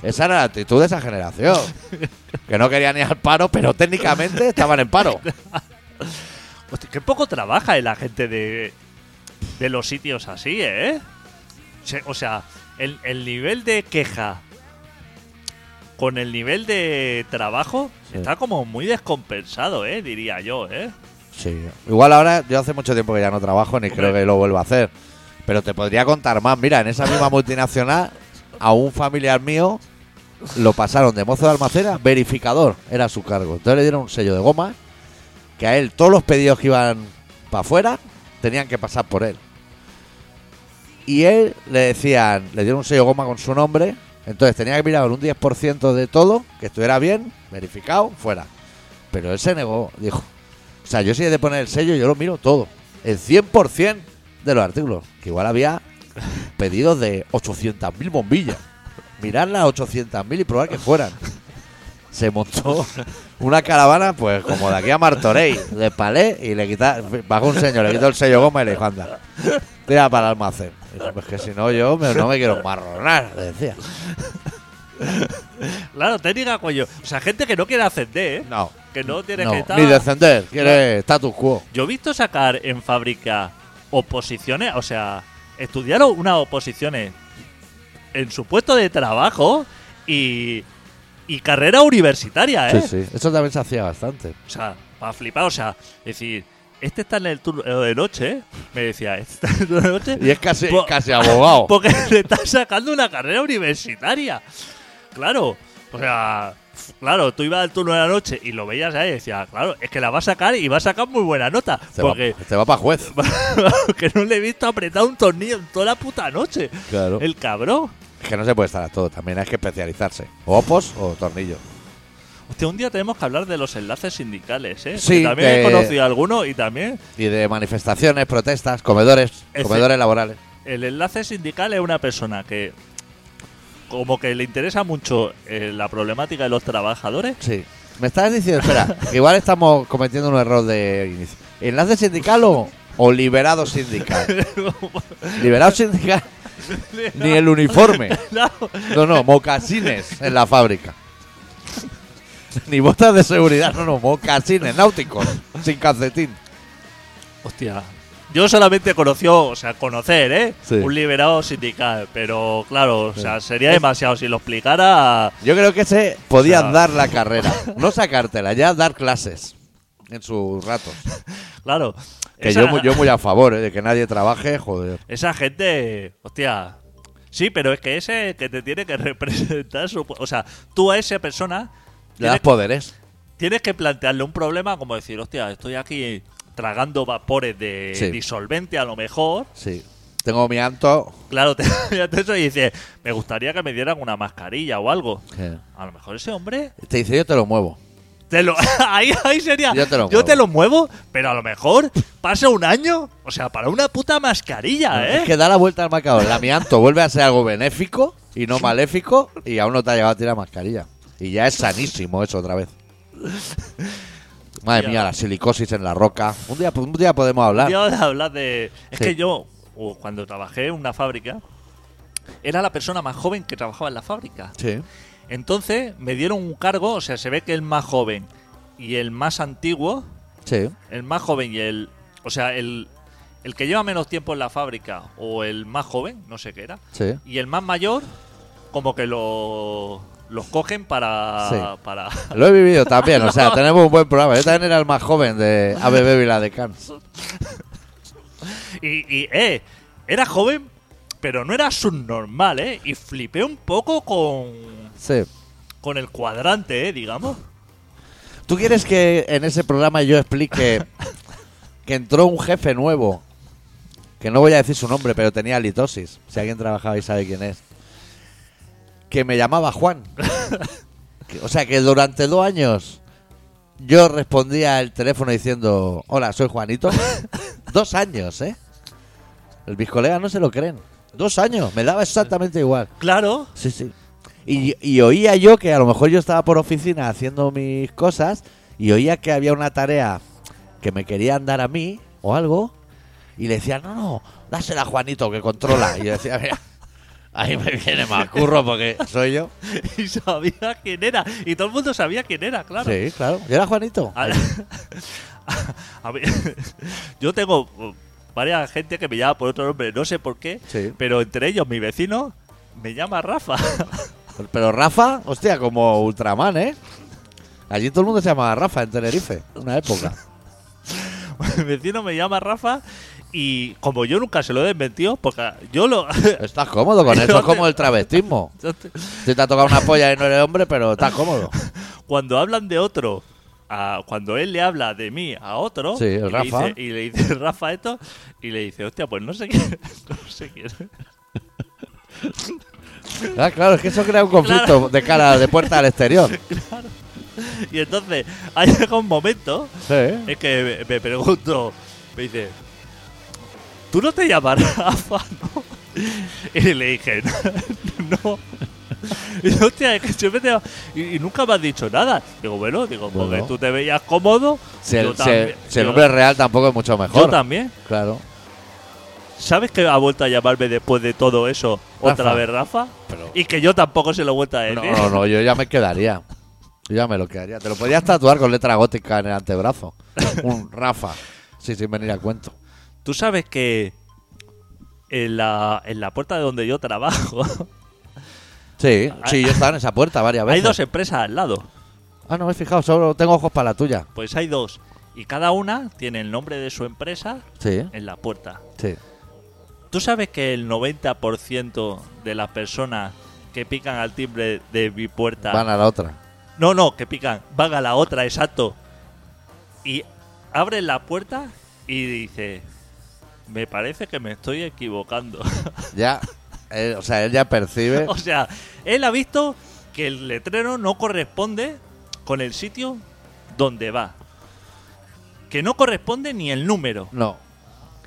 [SPEAKER 1] Esa era la actitud de esa generación. Que no querían ir al paro, pero técnicamente estaban en paro.
[SPEAKER 2] Hostia, qué poco trabaja eh, la gente de, de los sitios así, ¿eh? Se- O sea, el, el nivel de queja con el nivel de trabajo
[SPEAKER 1] Sí.
[SPEAKER 2] está como muy descompensado, ¿eh? Diría yo, ¿eh?
[SPEAKER 1] Sí. Igual ahora, yo hace mucho tiempo que ya no trabajo, ni creo
[SPEAKER 2] Hombre.
[SPEAKER 1] que lo vuelva a hacer. Pero te podría contar más. Mira, en esa misma multinacional, a un familiar mío lo pasaron de mozo de almacén a verificador. Era su cargo. Entonces le dieron un sello de goma que a él todos los pedidos que iban para afuera tenían que pasar por él. Y él le decían, le dieron un sello de goma con su nombre. Entonces tenía que mirar un 10% de todo, que estuviera bien, verificado, fuera. Pero él se negó, dijo. O sea, yo si he de poner el sello, yo lo miro todo. El 100% de los artículos. Que igual había pedidos de 800.000 bombillas. Mirar las 800.000 y probar que fueran. Se montó una caravana, pues como de aquí a Martorey, de palé, y le quita, bajó un señor, le quitó el sello goma y le dijo, anda, tira para el almacén. Dijo, "Pues que si no, yo me- no me quiero marronar, le decía.
[SPEAKER 2] Claro, técnica cuello. O sea, gente que no quiere ascender, ¿eh?
[SPEAKER 1] No,
[SPEAKER 2] Que no tiene
[SPEAKER 1] no,
[SPEAKER 2] que ¿Eh? estar...
[SPEAKER 1] ni descender, quiere status quo.
[SPEAKER 2] Yo he visto sacar en fábrica oposiciones, o sea, estudiaron unas oposiciones en su puesto de trabajo y, y carrera universitaria, ¿eh?
[SPEAKER 1] Sí, sí, eso también se hacía bastante.
[SPEAKER 2] O sea, para flipar, o sea, decir, este está en el turno de noche, me decía, este está en el turno de noche Pues,
[SPEAKER 1] Y es casi,
[SPEAKER 2] Po-
[SPEAKER 1] casi
[SPEAKER 2] <laughs>
[SPEAKER 1] abogado.
[SPEAKER 2] porque le está sacando una carrera universitaria. Claro, o sea, Claro, tú ibas al turno de la noche y lo veías ahí y decías, claro, es que la va a sacar y va a sacar muy buena nota.
[SPEAKER 1] Se va,
[SPEAKER 2] porque
[SPEAKER 1] se va para juez.
[SPEAKER 2] <laughs> que no le he visto apretar un tornillo en toda la puta noche.
[SPEAKER 1] Claro.
[SPEAKER 2] El cabrón.
[SPEAKER 1] Es que no se puede estar a todo, también hay que especializarse. O opos o tornillos.
[SPEAKER 2] Hostia, un día tenemos que hablar de los enlaces sindicales, ¿eh?
[SPEAKER 1] Sí,
[SPEAKER 2] Que también he
[SPEAKER 1] que-
[SPEAKER 2] conocido algunos y también
[SPEAKER 1] Y de manifestaciones, protestas, comedores,
[SPEAKER 2] Ese-
[SPEAKER 1] comedores laborales.
[SPEAKER 2] el enlace sindical es una persona que como que le interesa mucho eh, la problemática de los trabajadores. <laughs>
[SPEAKER 1] Sí. Me estás diciendo, espera, que igual estamos cometiendo un error de inicio. ¿Enlace sindical o, o liberado sindical? Liberado sindical, ni el uniforme.
[SPEAKER 2] Claro.
[SPEAKER 1] No, no, mocasines en la fábrica. Ni botas de seguridad, no, no, mocasines náuticos, sin calcetín.
[SPEAKER 2] Hostia. Yo solamente conoció, o sea, conocer, ¿eh?
[SPEAKER 1] Sí.
[SPEAKER 2] Un liberado sindical, pero claro, o sea, sería
[SPEAKER 1] Es-
[SPEAKER 2] demasiado si lo explicara.
[SPEAKER 1] Yo creo que ese podía
[SPEAKER 2] Claro.
[SPEAKER 1] dar la carrera, no sacártela, ya dar clases en sus
[SPEAKER 2] <laughs>
[SPEAKER 1] ratos.
[SPEAKER 2] Claro.
[SPEAKER 1] Que
[SPEAKER 2] Esa-
[SPEAKER 1] yo, mu- yo muy a favor eh, de que nadie trabaje, joder.
[SPEAKER 2] Esa gente, hostia. Sí, pero es que ese que te tiene que <laughs> representar, su- o sea, tú a esa persona
[SPEAKER 1] Le das
[SPEAKER 2] tienes,
[SPEAKER 1] poderes.
[SPEAKER 2] tienes que plantearle un problema como decir, hostia, estoy aquí tragando vapores de
[SPEAKER 1] Sí.
[SPEAKER 2] disolvente a lo mejor.
[SPEAKER 1] Sí. Tengo mi anto.
[SPEAKER 2] Claro, <laughs> te, ya te eso y dices, me gustaría que me dieran una mascarilla o algo.
[SPEAKER 1] eh,
[SPEAKER 2] A lo mejor ese hombre
[SPEAKER 1] Te dice, yo te lo muevo.
[SPEAKER 2] te lo, <laughs> ahí, ahí sería.
[SPEAKER 1] Yo te lo muevo.
[SPEAKER 2] muevo, pero a lo mejor pasa un año. O sea, para una puta mascarilla, ¿eh?
[SPEAKER 1] Es que da la vuelta al marcador. El amianto vuelve a ser algo benéfico y
[SPEAKER 2] <laughs>
[SPEAKER 1] no maléfico y aún no te ha llegado a tirar mascarilla. Y ya es sanísimo eso otra
[SPEAKER 2] <laughs>
[SPEAKER 1] vez. Madre
[SPEAKER 2] Hostia.
[SPEAKER 1] mía, la silicosis en la roca. Un día, un día podemos hablar.
[SPEAKER 2] Yo de hablar de. Es
[SPEAKER 1] Ah. Sí.
[SPEAKER 2] que yo, uh, cuando trabajé en una fábrica, era la persona más joven que trabajaba en la fábrica.
[SPEAKER 1] Sí.
[SPEAKER 2] Entonces me dieron un cargo, o sea, se ve que el más joven y el más antiguo,
[SPEAKER 1] Sí.
[SPEAKER 2] el más joven y el. O sea, el, el que lleva menos tiempo en la fábrica o el más joven, no sé qué era,
[SPEAKER 1] Sí.
[SPEAKER 2] y el más mayor, como que lo, los cogen para.
[SPEAKER 1] Sí.
[SPEAKER 2] para
[SPEAKER 1] Lo he vivido también, o sea, tenemos un buen programa. Yo también era el más joven de ABB Viladecán.
[SPEAKER 2] Y, y, eh, era joven, pero no era subnormal, ¿eh? Y flipé un poco con,
[SPEAKER 1] Sí.
[SPEAKER 2] con el cuadrante, ¿eh? Digamos.
[SPEAKER 1] ¿Tú quieres que en ese programa yo explique que entró un jefe nuevo? Que no voy a decir su nombre, pero tenía litosis. Si alguien trabajaba y sabe quién es. Que me llamaba Juan. Que- o sea, que durante dos años yo respondía al teléfono diciendo, hola, soy Juanito. dos años, ¿eh? El mis colegas no se lo creen. Dos años, me daba exactamente igual.
[SPEAKER 2] Claro. <laughs>
[SPEAKER 1] Sí, sí. Y, y oía yo que a lo mejor yo estaba por oficina haciendo mis cosas y oía que había una tarea que me querían dar a mí o algo y le decía, no, no, dásela a Juanito que controla. Y yo decía, mira, ahí me viene más curro porque soy yo.
[SPEAKER 2] Y sabía quién era. Y todo el mundo sabía quién era, claro.
[SPEAKER 1] Sí, claro. Yo era Juanito.
[SPEAKER 2] A- <laughs> a mí- <laughs> yo tengo uh, varias gente que me llama por otro nombre, no sé por qué,
[SPEAKER 1] Sí.
[SPEAKER 2] pero entre ellos mi vecino me llama Rafa. <laughs>
[SPEAKER 1] Pero Rafa, hostia, como Ultraman, ¿eh? Allí todo el mundo se llamaba Rafa en Tenerife, una época.
[SPEAKER 2] mi vecino me llama Rafa y como yo nunca se lo he desmentido, porque yo lo... <laughs>
[SPEAKER 1] Estás cómodo con eso, es como el travestismo. Si te ha tocado una polla y no eres hombre, pero estás cómodo.
[SPEAKER 2] cuando hablan de otro, a- cuando él le habla de mí a otro,
[SPEAKER 1] Sí, el
[SPEAKER 2] y, le
[SPEAKER 1] Rafa.
[SPEAKER 2] Dice, y le dice Rafa esto, y le dice, hostia, pues no sé quién, <laughs> no sé quién. es".
[SPEAKER 1] Ah, claro, es que eso crea un conflicto
[SPEAKER 2] Claro.
[SPEAKER 1] de cara, de puerta al exterior.
[SPEAKER 2] Y entonces ha llegado un momento
[SPEAKER 1] Sí.
[SPEAKER 2] es que me, me pregunto, me dice, ¿tú no te llamas Rafa, <laughs> no? Y le dije, <laughs> no. Y dice, hostia, es que siempre te y, y nunca me has dicho nada. Digo, bueno, digo, porque
[SPEAKER 1] Bueno.
[SPEAKER 2] tú te veías cómodo.
[SPEAKER 1] Si
[SPEAKER 2] yo
[SPEAKER 1] el, si-
[SPEAKER 2] también-
[SPEAKER 1] si el
[SPEAKER 2] yo-
[SPEAKER 1] hombre real tampoco es mucho
[SPEAKER 2] yo
[SPEAKER 1] mejor.
[SPEAKER 2] también.
[SPEAKER 1] Claro.
[SPEAKER 2] ¿Sabes que ha vuelto a llamarme después de todo eso otra
[SPEAKER 1] Rafa.
[SPEAKER 2] vez Rafa?
[SPEAKER 1] Pero-
[SPEAKER 2] Y que yo tampoco se lo he vuelto a
[SPEAKER 1] No,
[SPEAKER 2] decir.
[SPEAKER 1] no, no, yo ya me quedaría. Yo ya me lo quedaría. Te lo podías tatuar con letra gótica en el antebrazo.
[SPEAKER 2] <laughs>
[SPEAKER 1] Un Rafa. Sí, sin venir a cuento.
[SPEAKER 2] <laughs> Tú sabes que en la, en la puerta de donde yo trabajo
[SPEAKER 1] Sí, sí, yo estaba en esa puerta varias veces.
[SPEAKER 2] <laughs> hay dos empresas al lado.
[SPEAKER 1] Ah, no me he fijado, solo tengo ojos para la tuya.
[SPEAKER 2] Pues hay dos. Y cada una tiene el nombre de su empresa
[SPEAKER 1] Sí,
[SPEAKER 2] en la puerta.
[SPEAKER 1] sí.
[SPEAKER 2] ¿Tú sabes que el 90% de las personas que pican al timbre de mi puerta
[SPEAKER 1] Van a la otra.
[SPEAKER 2] No, no, que pican. Van a la otra, exacto. Y abren la puerta y dice, me parece que me estoy equivocando. <laughs>
[SPEAKER 1] Ya. eh, o sea, él ya percibe.
[SPEAKER 2] o sea, él ha visto que el letrero no corresponde con el sitio donde va. Que no corresponde ni el número.
[SPEAKER 1] No.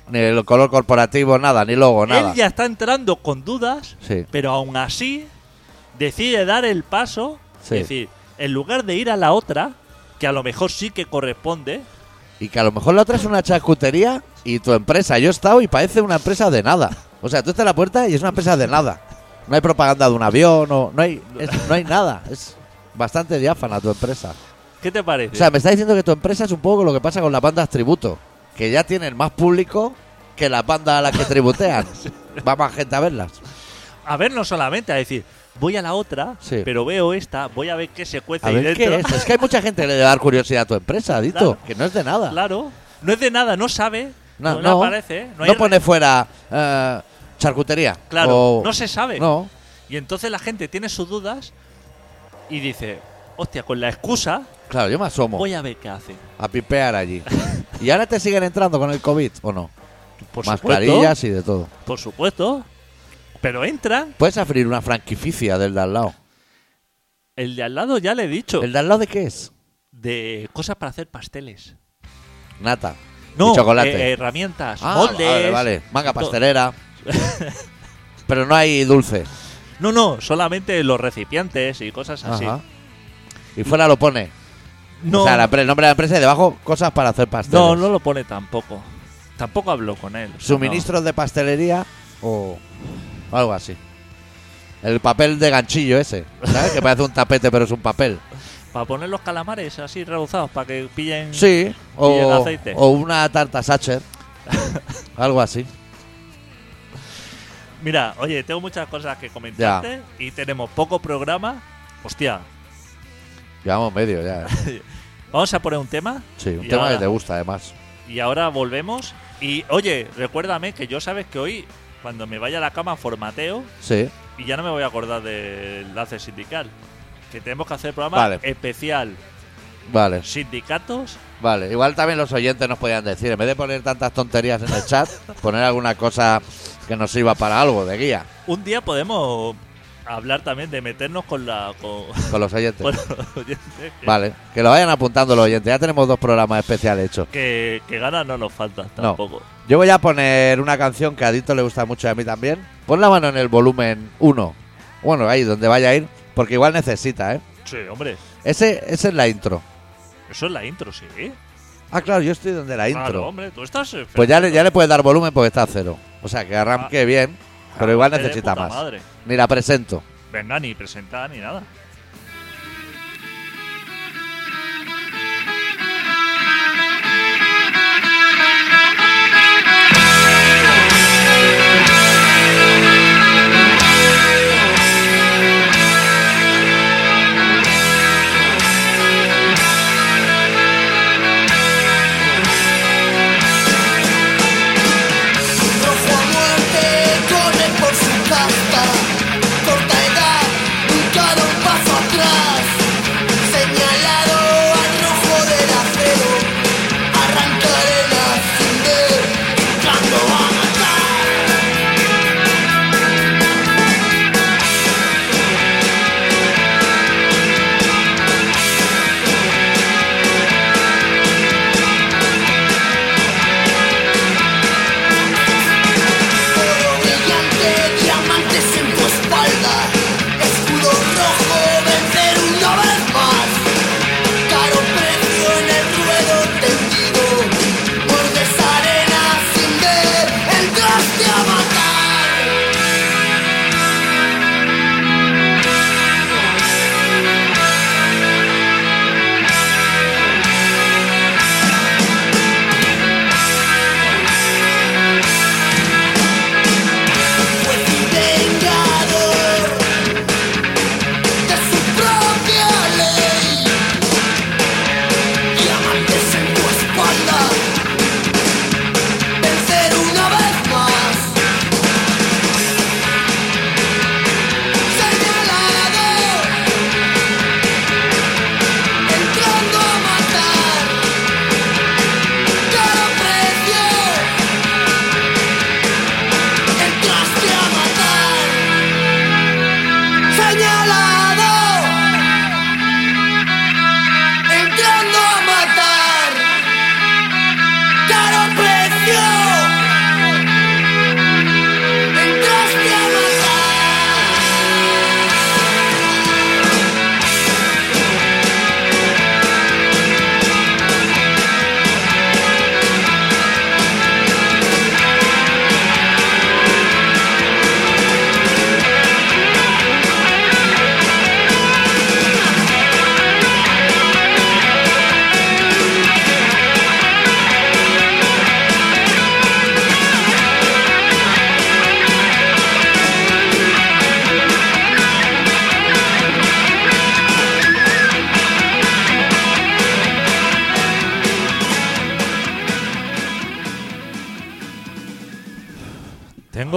[SPEAKER 1] Ni el color corporativo, nada, ni logo, nada.
[SPEAKER 2] Él ya está entrando con dudas,
[SPEAKER 1] Sí.
[SPEAKER 2] pero aún así decide dar el paso.
[SPEAKER 1] Sí.
[SPEAKER 2] Es decir, en lugar de ir a la otra, que a lo mejor sí que corresponde,
[SPEAKER 1] Y que a lo mejor la otra es una charcutería y tu empresa. Yo he estado y parece una empresa de nada. O sea, tú estás en la puerta y es una empresa de nada. No hay propaganda de un avión, no, no, hay, es- no hay nada. Es bastante diáfana tu empresa.
[SPEAKER 2] ¿qué te
[SPEAKER 1] O
[SPEAKER 2] parece?
[SPEAKER 1] sea, me está diciendo que tu empresa es un poco lo que pasa con las bandas tributo. Que ya tienen más público que las bandas a las que tributean. Va más gente a verlas.
[SPEAKER 2] a ver, no solamente, a decir, voy a la otra,
[SPEAKER 1] Sí.
[SPEAKER 2] pero veo esta, voy a ver qué se cuece
[SPEAKER 1] A
[SPEAKER 2] ahí
[SPEAKER 1] ver
[SPEAKER 2] dentro.
[SPEAKER 1] qué es. Es que hay mucha gente que le debe dar curiosidad a tu empresa, Dito.
[SPEAKER 2] Claro.
[SPEAKER 1] Que no es de nada.
[SPEAKER 2] <laughs> Claro, no es de nada, no sabe, no, le aparece, ¿eh? no,
[SPEAKER 1] no
[SPEAKER 2] hay re-
[SPEAKER 1] pone fuera eh, charcutería.
[SPEAKER 2] Claro,
[SPEAKER 1] o-
[SPEAKER 2] no se sabe.
[SPEAKER 1] No,
[SPEAKER 2] Y entonces la gente tiene sus dudas y dice, hostia, con la excusa
[SPEAKER 1] claro, yo me asomo
[SPEAKER 2] voy a ver qué hace.
[SPEAKER 1] a pipear allí. ¿Y ahora te siguen entrando con el COVID o no?
[SPEAKER 2] Por supuesto,
[SPEAKER 1] Mascarillas y de todo.
[SPEAKER 2] por supuesto. Pero entra,
[SPEAKER 1] Puedes abrir una franquicia del de al lado.
[SPEAKER 2] el de al lado ya le he dicho,
[SPEAKER 1] ¿El de al lado de qué es?
[SPEAKER 2] de cosas para hacer pasteles.
[SPEAKER 1] Nata.
[SPEAKER 2] No,
[SPEAKER 1] y chocolate.
[SPEAKER 2] eh, herramientas,
[SPEAKER 1] Ah,
[SPEAKER 2] moldes.
[SPEAKER 1] Vale, vale. Manga
[SPEAKER 2] to- <laughs>
[SPEAKER 1] pastelera. Pero no hay dulce.
[SPEAKER 2] No, no, solamente los recipientes y cosas así.
[SPEAKER 1] Ajá. Y fuera lo pone.
[SPEAKER 2] Ah, No,
[SPEAKER 1] O sea, la pre- el nombre de la empresa y debajo cosas para hacer pasteles.
[SPEAKER 2] no, no lo pone tampoco. Tampoco habló con él.
[SPEAKER 1] Suministros de pastelería o algo así. El papel de ganchillo ese, ¿sabes? que parece un tapete pero es un papel.
[SPEAKER 2] Para poner los calamares así rebuzados para que pillen.
[SPEAKER 1] Sí,
[SPEAKER 2] Y el
[SPEAKER 1] o,
[SPEAKER 2] aceite.
[SPEAKER 1] o una tarta
[SPEAKER 2] <laughs>
[SPEAKER 1] Sacher. algo así.
[SPEAKER 2] Mira, oye, tengo muchas cosas que comentarte y tenemos poco programa. Hostia,
[SPEAKER 1] Llevamos medio ya. ¿eh?
[SPEAKER 2] vamos a poner un tema
[SPEAKER 1] Sí, un
[SPEAKER 2] Y
[SPEAKER 1] tema
[SPEAKER 2] ahora-
[SPEAKER 1] que te gusta además.
[SPEAKER 2] y ahora volvemos. Y oye, recuérdame que yo sabes que hoy, cuando me vaya a la cama, formateo
[SPEAKER 1] Sí,
[SPEAKER 2] y ya no me voy a acordar del enlace sindical. Que tenemos que hacer programa
[SPEAKER 1] Vale.
[SPEAKER 2] especial
[SPEAKER 1] vale,
[SPEAKER 2] sindicatos
[SPEAKER 1] vale. Igual también los oyentes nos podían decir, en vez de poner tantas tonterías en el
[SPEAKER 2] <laughs>
[SPEAKER 1] chat, poner alguna cosa que nos sirva para algo de guía
[SPEAKER 2] Un día podemos hablar también de meternos con la.
[SPEAKER 1] <laughs>
[SPEAKER 2] Con,
[SPEAKER 1] con los oyentes.
[SPEAKER 2] con los oyentes, que-
[SPEAKER 1] Vale, que lo vayan apuntando los oyentes. Ya tenemos dos programas especiales hechos.
[SPEAKER 2] Que, que ganas no nos faltan
[SPEAKER 1] No.
[SPEAKER 2] tampoco.
[SPEAKER 1] Yo voy a poner una canción que a Dito le gusta mucho y a mí también. Pon la mano en el volumen 1. Bueno, ahí donde vaya a ir, porque igual necesita, ¿eh?
[SPEAKER 2] Sí, hombre.
[SPEAKER 1] Ese, ese es la intro.
[SPEAKER 2] Eso es la intro, sí.
[SPEAKER 1] Ah, claro, yo estoy donde la intro.
[SPEAKER 2] Claro, hombre, tú estás. eh,
[SPEAKER 1] pues ya le, ya
[SPEAKER 2] fenomenal.
[SPEAKER 1] le puedes dar volumen porque está a cero. O sea, que arranque bien, pero igual
[SPEAKER 2] Te de
[SPEAKER 1] necesita
[SPEAKER 2] puta
[SPEAKER 1] más.
[SPEAKER 2] Madre.
[SPEAKER 1] Ni la presento.
[SPEAKER 2] Venga, ni presentada ni nada.
[SPEAKER 4] Rojo a muerte, corre por su casta, corta edad, nunca da un paso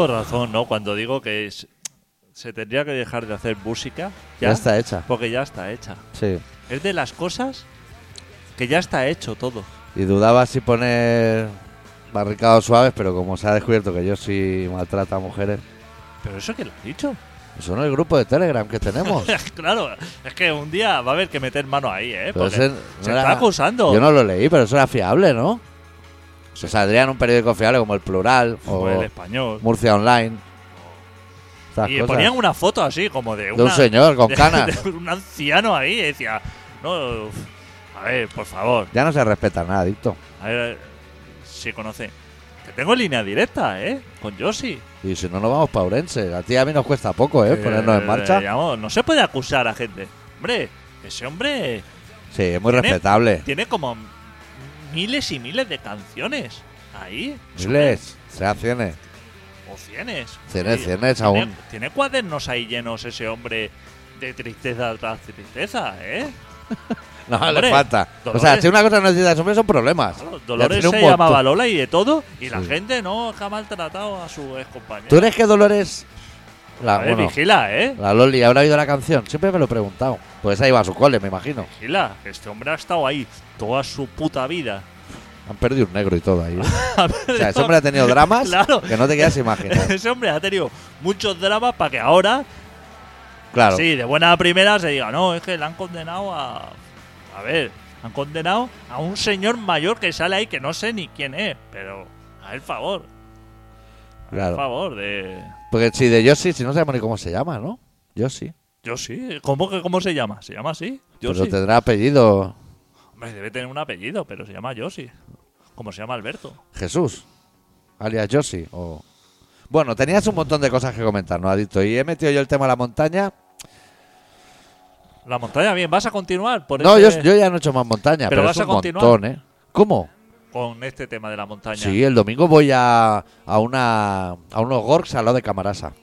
[SPEAKER 2] razón, ¿no? Cuando digo que es- se tendría que dejar de hacer música.
[SPEAKER 1] Ya está hecha.
[SPEAKER 2] Porque ya está hecha.
[SPEAKER 1] Sí.
[SPEAKER 2] Es de las cosas que ya está hecho todo.
[SPEAKER 1] Y dudaba si poner barricados suaves, pero como se ha descubierto que yo sí maltrata a mujeres,
[SPEAKER 2] Pero eso que lo has dicho.
[SPEAKER 1] eso no es el grupo de Telegram que
[SPEAKER 2] <laughs>
[SPEAKER 1] tenemos.
[SPEAKER 2] claro, es que un día va a haber que meter mano ahí, ¿eh?
[SPEAKER 1] Pero
[SPEAKER 2] Porque
[SPEAKER 1] ese no
[SPEAKER 2] se
[SPEAKER 1] era-
[SPEAKER 2] está acusando.
[SPEAKER 1] Yo no lo leí, pero eso era fiable, ¿no? Se saldría en un periódico fiable como El Plural o
[SPEAKER 2] Como el español.
[SPEAKER 1] Murcia Online. Estas
[SPEAKER 2] Y
[SPEAKER 1] cosas.
[SPEAKER 2] ponían una foto así, como de,
[SPEAKER 1] De
[SPEAKER 2] una-
[SPEAKER 1] un señor con
[SPEAKER 2] de-
[SPEAKER 1] canas.
[SPEAKER 2] <laughs> de un anciano ahí. y decía, no, uf, a ver, por favor.
[SPEAKER 1] Ya no se respeta nada, adicto.
[SPEAKER 2] A ver si conoce. Que tengo línea directa, ¿eh? Con Yoshi.
[SPEAKER 1] Y si no, nos vamos para Urense. A ti y a mí nos cuesta poco, ¿eh? Ponernos en
[SPEAKER 2] Eh,
[SPEAKER 1] marcha.
[SPEAKER 2] digamos, no se puede acusar a gente. Hombre, ese hombre
[SPEAKER 1] Sí, es muy
[SPEAKER 2] tiene-
[SPEAKER 1] respetable.
[SPEAKER 2] tiene como miles y miles de canciones ahí.
[SPEAKER 1] Miles, sea cienes.
[SPEAKER 2] O cienes.
[SPEAKER 1] Cienes,
[SPEAKER 2] Sí,
[SPEAKER 1] cienes
[SPEAKER 2] tiene-
[SPEAKER 1] aún.
[SPEAKER 2] Tiene cuadernos ahí llenos ese hombre de tristeza tras tristeza, ¿eh?
[SPEAKER 1] No,
[SPEAKER 2] Hombre,
[SPEAKER 1] le falta. O sea,
[SPEAKER 2] Dolores.
[SPEAKER 1] si una cosa no necesita siempre son problemas.
[SPEAKER 2] Claro,
[SPEAKER 1] Ya
[SPEAKER 2] Dolores
[SPEAKER 1] tiene un
[SPEAKER 2] se
[SPEAKER 1] montón.
[SPEAKER 2] llamaba Lola y de todo, y la
[SPEAKER 1] Sí.
[SPEAKER 2] gente no ha maltratado a su ex compañero.
[SPEAKER 1] ¿Tú crees que Dolores... La,
[SPEAKER 2] a ver,
[SPEAKER 1] bueno,
[SPEAKER 2] vigila, ¿eh?
[SPEAKER 1] la Loli, ¿habrá oído la canción? Siempre me lo he preguntado. Pues ahí va a su cole, me imagino.
[SPEAKER 2] Vigila, que este hombre ha estado ahí toda su puta vida.
[SPEAKER 1] Han perdido un negro y todo ahí. ¿eh?
[SPEAKER 2] <laughs> A ver,
[SPEAKER 1] O sea, ese hombre ha tenido dramas
[SPEAKER 2] Claro.
[SPEAKER 1] que no te quieras
[SPEAKER 2] <laughs>
[SPEAKER 1] imaginar.
[SPEAKER 2] Ese hombre ha tenido muchos dramas para que ahora,
[SPEAKER 1] Claro.
[SPEAKER 2] sí, de buena primera se diga, no, es que le han condenado a. A ver, han condenado a un señor mayor que sale ahí que no sé ni quién es, pero a el favor. A
[SPEAKER 1] Claro.
[SPEAKER 2] favor de.
[SPEAKER 1] Porque si de Yossi, si no sabemos ni cómo se llama, ¿no? Yossi.
[SPEAKER 2] Yo sí, ¿cómo, que- cómo se llama? ¿Se llama así? Yo
[SPEAKER 1] Pero
[SPEAKER 2] sí.
[SPEAKER 1] tendrá apellido
[SPEAKER 2] Hombre, debe tener un apellido, pero se llama Yoshi. Como se llama Alberto.
[SPEAKER 1] Jesús, alias Yossi. O... Bueno, tenías un montón de cosas que comentar, ¿no, Adicto? Y he metido yo el tema de la montaña.
[SPEAKER 2] La montaña, bien, ¿vas a continuar por
[SPEAKER 1] No, yo,
[SPEAKER 2] este-
[SPEAKER 1] yo ya no he hecho más montaña,
[SPEAKER 2] Pero
[SPEAKER 1] pero,
[SPEAKER 2] vas
[SPEAKER 1] es
[SPEAKER 2] a
[SPEAKER 1] un
[SPEAKER 2] continuar.
[SPEAKER 1] montón, ¿eh? ¿Cómo?
[SPEAKER 2] con este tema de la montaña?
[SPEAKER 1] Sí, el domingo voy a, a una a unos gorgs al lado de Camarasa.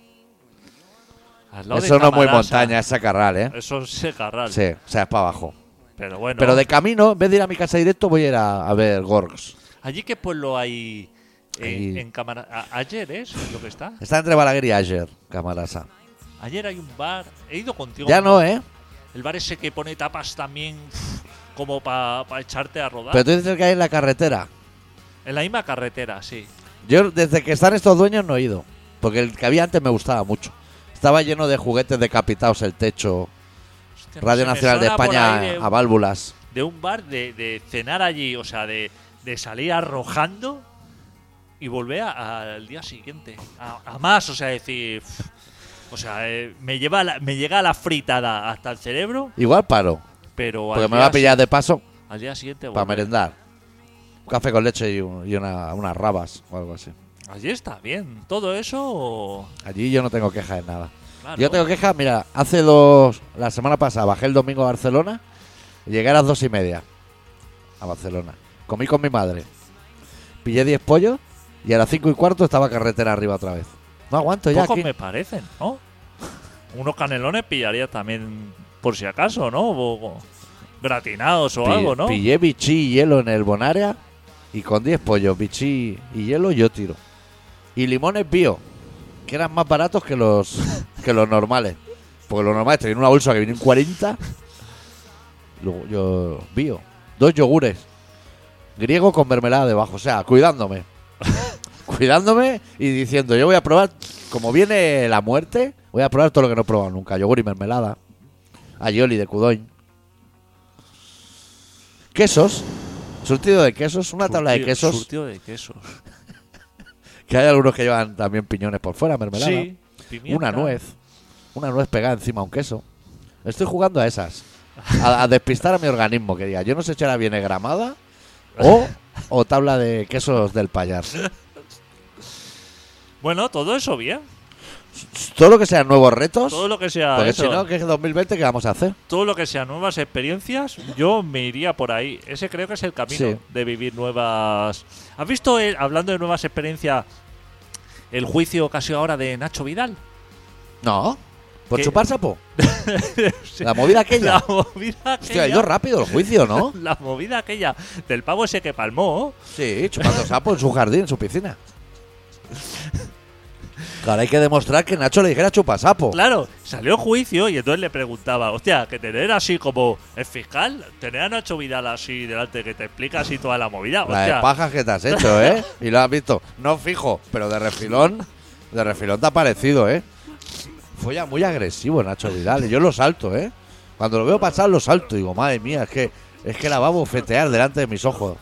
[SPEAKER 2] Al lado de
[SPEAKER 1] Eso no es muy
[SPEAKER 2] Camarasa.
[SPEAKER 1] montaña, es sacarral, ¿eh?
[SPEAKER 2] Eso es carral.
[SPEAKER 1] Sí, o sea, es para abajo.
[SPEAKER 2] Pero bueno.
[SPEAKER 1] Pero de camino, en vez de ir a mi casa directo, voy a ir a, a ver gorgs.
[SPEAKER 2] Allí qué pueblo hay en,
[SPEAKER 1] Ahí.
[SPEAKER 2] en Camara- a- Ayer es lo que está.
[SPEAKER 1] Está entre Balaguer y Ayer, Camarasa.
[SPEAKER 2] Ayer hay un bar. He ido contigo.
[SPEAKER 1] Ya no, ¿eh?
[SPEAKER 2] El bar ese que pone tapas también uf, como para echarte a rodar.
[SPEAKER 1] Pero tú dices que hay en la carretera.
[SPEAKER 2] En la misma carretera, sí.
[SPEAKER 1] Yo desde que están estos dueños no he ido. Porque el que había antes me gustaba mucho. Estaba lleno de juguetes decapitados el techo.
[SPEAKER 2] Hostia, no
[SPEAKER 1] Radio
[SPEAKER 2] sé, me
[SPEAKER 1] Nacional de
[SPEAKER 2] suena por
[SPEAKER 1] España
[SPEAKER 2] ahí eh. de-
[SPEAKER 1] a válvulas.
[SPEAKER 2] de un bar, de, de cenar allí, o sea, de, de salir arrojando y volver a- al día siguiente. A, a más, o sea, decir. pf, O sea, eh, me, lleva la- me llega la fritada hasta el cerebro,
[SPEAKER 1] Igual paro.
[SPEAKER 2] pero
[SPEAKER 1] Porque
[SPEAKER 2] al,
[SPEAKER 1] me
[SPEAKER 2] día,
[SPEAKER 1] va a pillar de paso
[SPEAKER 2] al día siguiente.
[SPEAKER 1] para
[SPEAKER 2] volver.
[SPEAKER 1] merendar. Un café con leche y, un- y una- unas rabas o algo así.
[SPEAKER 2] Allí está bien. Todo eso.
[SPEAKER 1] Allí yo no tengo queja de nada.
[SPEAKER 2] claro.
[SPEAKER 1] Yo tengo queja, mira, hace dos. La semana pasada bajé el domingo a Barcelona y llegué a las dos y media a Barcelona. Comí con mi madre. Pillé 10 pollos y a las cinco y cuarto estaba carretera arriba otra vez. No aguanto ya
[SPEAKER 2] Pocos
[SPEAKER 1] aquí.
[SPEAKER 2] me parecen, ¿no? Unos canelones pillarías también, por si acaso, ¿no? O- o gratinados o
[SPEAKER 1] Pi-
[SPEAKER 2] algo, ¿no?
[SPEAKER 1] Pillé bichí y hielo en el Bonaria y con 10 pollos, bichí y hielo yo tiro. Y limones bio, que eran más baratos que
[SPEAKER 2] <laughs>
[SPEAKER 1] los que los normales. Porque los normales te vienen en una bolsa que vienen 40. Luego yo bio, dos yogures, griego con mermelada debajo, o sea, cuidándome. <laughs> cuidándome y diciendo, yo voy a probar, como viene la muerte, voy a probar todo lo que no he probado nunca, yogur y mermelada. Ayoli de Cudoñ. Quesos. Surtido de quesos. Una tabla de
[SPEAKER 2] Surtido-
[SPEAKER 1] quesos.
[SPEAKER 2] Surtido de quesos.
[SPEAKER 1] Que hay algunos que llevan también piñones por fuera, mermelada.
[SPEAKER 2] Sí,
[SPEAKER 1] una
[SPEAKER 2] pimienta.
[SPEAKER 1] nuez. Una nuez pegada encima a un queso. Estoy jugando a esas. A, a despistar a mi organismo, que diga. Yo no sé si ahora viene gramada o, o tabla de quesos del payar.
[SPEAKER 2] Bueno, todo eso bien.
[SPEAKER 1] Todo lo que sean nuevos retos.
[SPEAKER 2] Todo lo que sea
[SPEAKER 1] Porque
[SPEAKER 2] eso,
[SPEAKER 1] si no, que es 2020, ¿qué vamos a hacer?
[SPEAKER 2] todo lo que sea nuevas experiencias, yo me iría por ahí. Ese creo que es el camino
[SPEAKER 1] Sí.
[SPEAKER 2] de vivir nuevas. ¿Has visto el- hablando de nuevas experiencias el juicio casi ahora de Nacho Vidal?
[SPEAKER 1] No. ¿Por
[SPEAKER 2] ¿Qué?
[SPEAKER 1] chupar sapo?
[SPEAKER 2] <laughs> Sí.
[SPEAKER 1] La movida aquella.
[SPEAKER 2] <laughs> La movida
[SPEAKER 1] Hostia, ha
[SPEAKER 2] aquella.
[SPEAKER 1] ido rápido el juicio,
[SPEAKER 2] <laughs>
[SPEAKER 1] ¿no?
[SPEAKER 2] La movida aquella del pavo ese que palmó.
[SPEAKER 1] Sí, chupando sapo en su jardín, en su piscina. Que ahora hay que demostrar que Nacho le dijera chupasapo.
[SPEAKER 2] Claro, salió a juicio y entonces le preguntaba, hostia, que tener así como el fiscal, tener a Nacho Vidal así delante que te explica así toda la
[SPEAKER 1] La
[SPEAKER 2] movida,
[SPEAKER 1] de
[SPEAKER 2] hostia.
[SPEAKER 1] pajas que te has hecho, ¿eh? Y lo has visto. No fijo, pero de refilón. De refilón te ha parecido, ¿eh? Fue ya muy agresivo Nacho Vidal. Y yo lo salto, ¿eh? Cuando lo veo pasar, lo salto. Digo, madre mía, es que, es que la va a bofetear delante de mis ojos.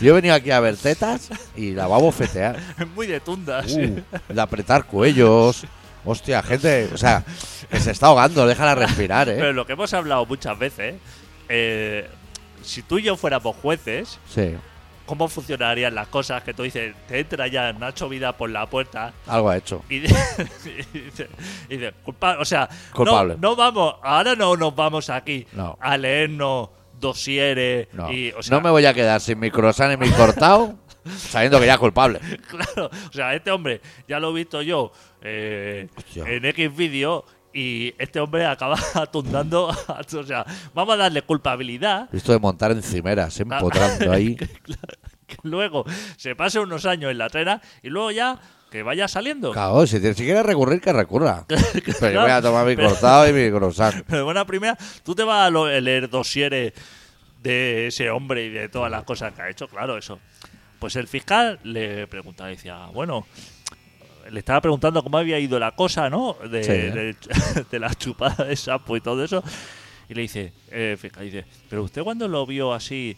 [SPEAKER 1] Yo he venido aquí a ver tetas y la va a bofetear.
[SPEAKER 2] <laughs> <laughs> Es muy de tundas.
[SPEAKER 1] Uh, de apretar cuellos. Hostia, gente, o sea, que se está ahogando, déjala respirar,
[SPEAKER 2] Pero
[SPEAKER 1] ¿eh?
[SPEAKER 2] lo que hemos hablado muchas veces, eh, si tú y yo fuéramos jueces,
[SPEAKER 1] Sí,
[SPEAKER 2] ¿cómo funcionarían las cosas que tú dices, te entra ya Nacho Vidal por la puerta
[SPEAKER 1] algo ha hecho.
[SPEAKER 2] y, <laughs> dice- y dice, y dice, culpa, o sea, no-
[SPEAKER 1] Culpable.
[SPEAKER 2] No, vamos, ahora no nos vamos aquí
[SPEAKER 1] No.
[SPEAKER 2] a leernos dosieres
[SPEAKER 1] No,
[SPEAKER 2] y, o sea,
[SPEAKER 1] no me voy a quedar sin mi croissant y mi cortado, sabiendo que ya es culpable.
[SPEAKER 2] <laughs> Claro, o sea, este hombre ya lo he visto yo eh,
[SPEAKER 1] Hostia.
[SPEAKER 2] en X vídeo y este hombre acaba <laughs> atundando. a- o sea, vamos a darle culpabilidad. <laughs>
[SPEAKER 1] Esto de montar en cimeras,
[SPEAKER 2] a-
[SPEAKER 1] empotrando ahí.
[SPEAKER 2] que luego se pase unos años en la trena y luego ya que vaya saliendo.
[SPEAKER 1] Cago, si, te- si quieres recurrir, que recurra. Pero yo voy a tomar mi
[SPEAKER 2] Pero-
[SPEAKER 1] cortado y mi
[SPEAKER 2] <laughs>
[SPEAKER 1] croissant.
[SPEAKER 2] Pero de buena primera, tú te vas a lo- a leer dosieres de ese hombre y de todas las cosas que ha hecho, claro, eso. Pues el fiscal le preguntaba, decía, bueno, le estaba preguntando cómo había ido la cosa, ¿no? De,
[SPEAKER 1] Sí.
[SPEAKER 2] de- de <laughs> la chupada de sapo y todo eso. Y le dice, eh, el fiscal dice, pero usted cuando lo vio así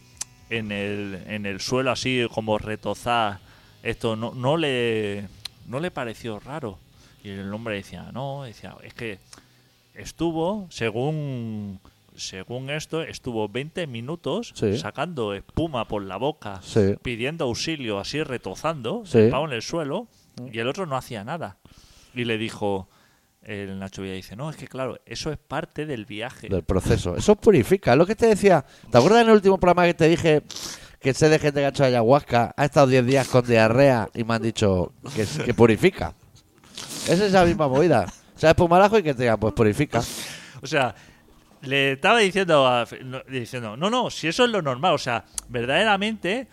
[SPEAKER 2] en el, en el suelo, así como retozar, esto no, no le no le pareció raro. Y el hombre decía, no, decía, es que estuvo, según según esto, estuvo 20 minutos
[SPEAKER 1] Sí.
[SPEAKER 2] sacando espuma por la boca,
[SPEAKER 1] Sí.
[SPEAKER 2] pidiendo auxilio, así retozando,
[SPEAKER 1] Sí.
[SPEAKER 2] sentado en el suelo, y el otro no hacía nada. Y le dijo, el Nacho Villa dice, no, es que claro, eso es parte del viaje.
[SPEAKER 1] Del proceso. Eso purifica. Lo que te decía. ¿Te acuerdas en el último programa que te dije que se de gente que ha hecho ayahuasca ha estado 10 días con diarrea y me han dicho que, que purifica? Es esa misma movida. O sea, espumar ajo y que te digan, pues purifica.
[SPEAKER 2] O sea, le estaba diciendo, a- no, diciendo, no, no, si eso es lo normal, o sea, verdaderamente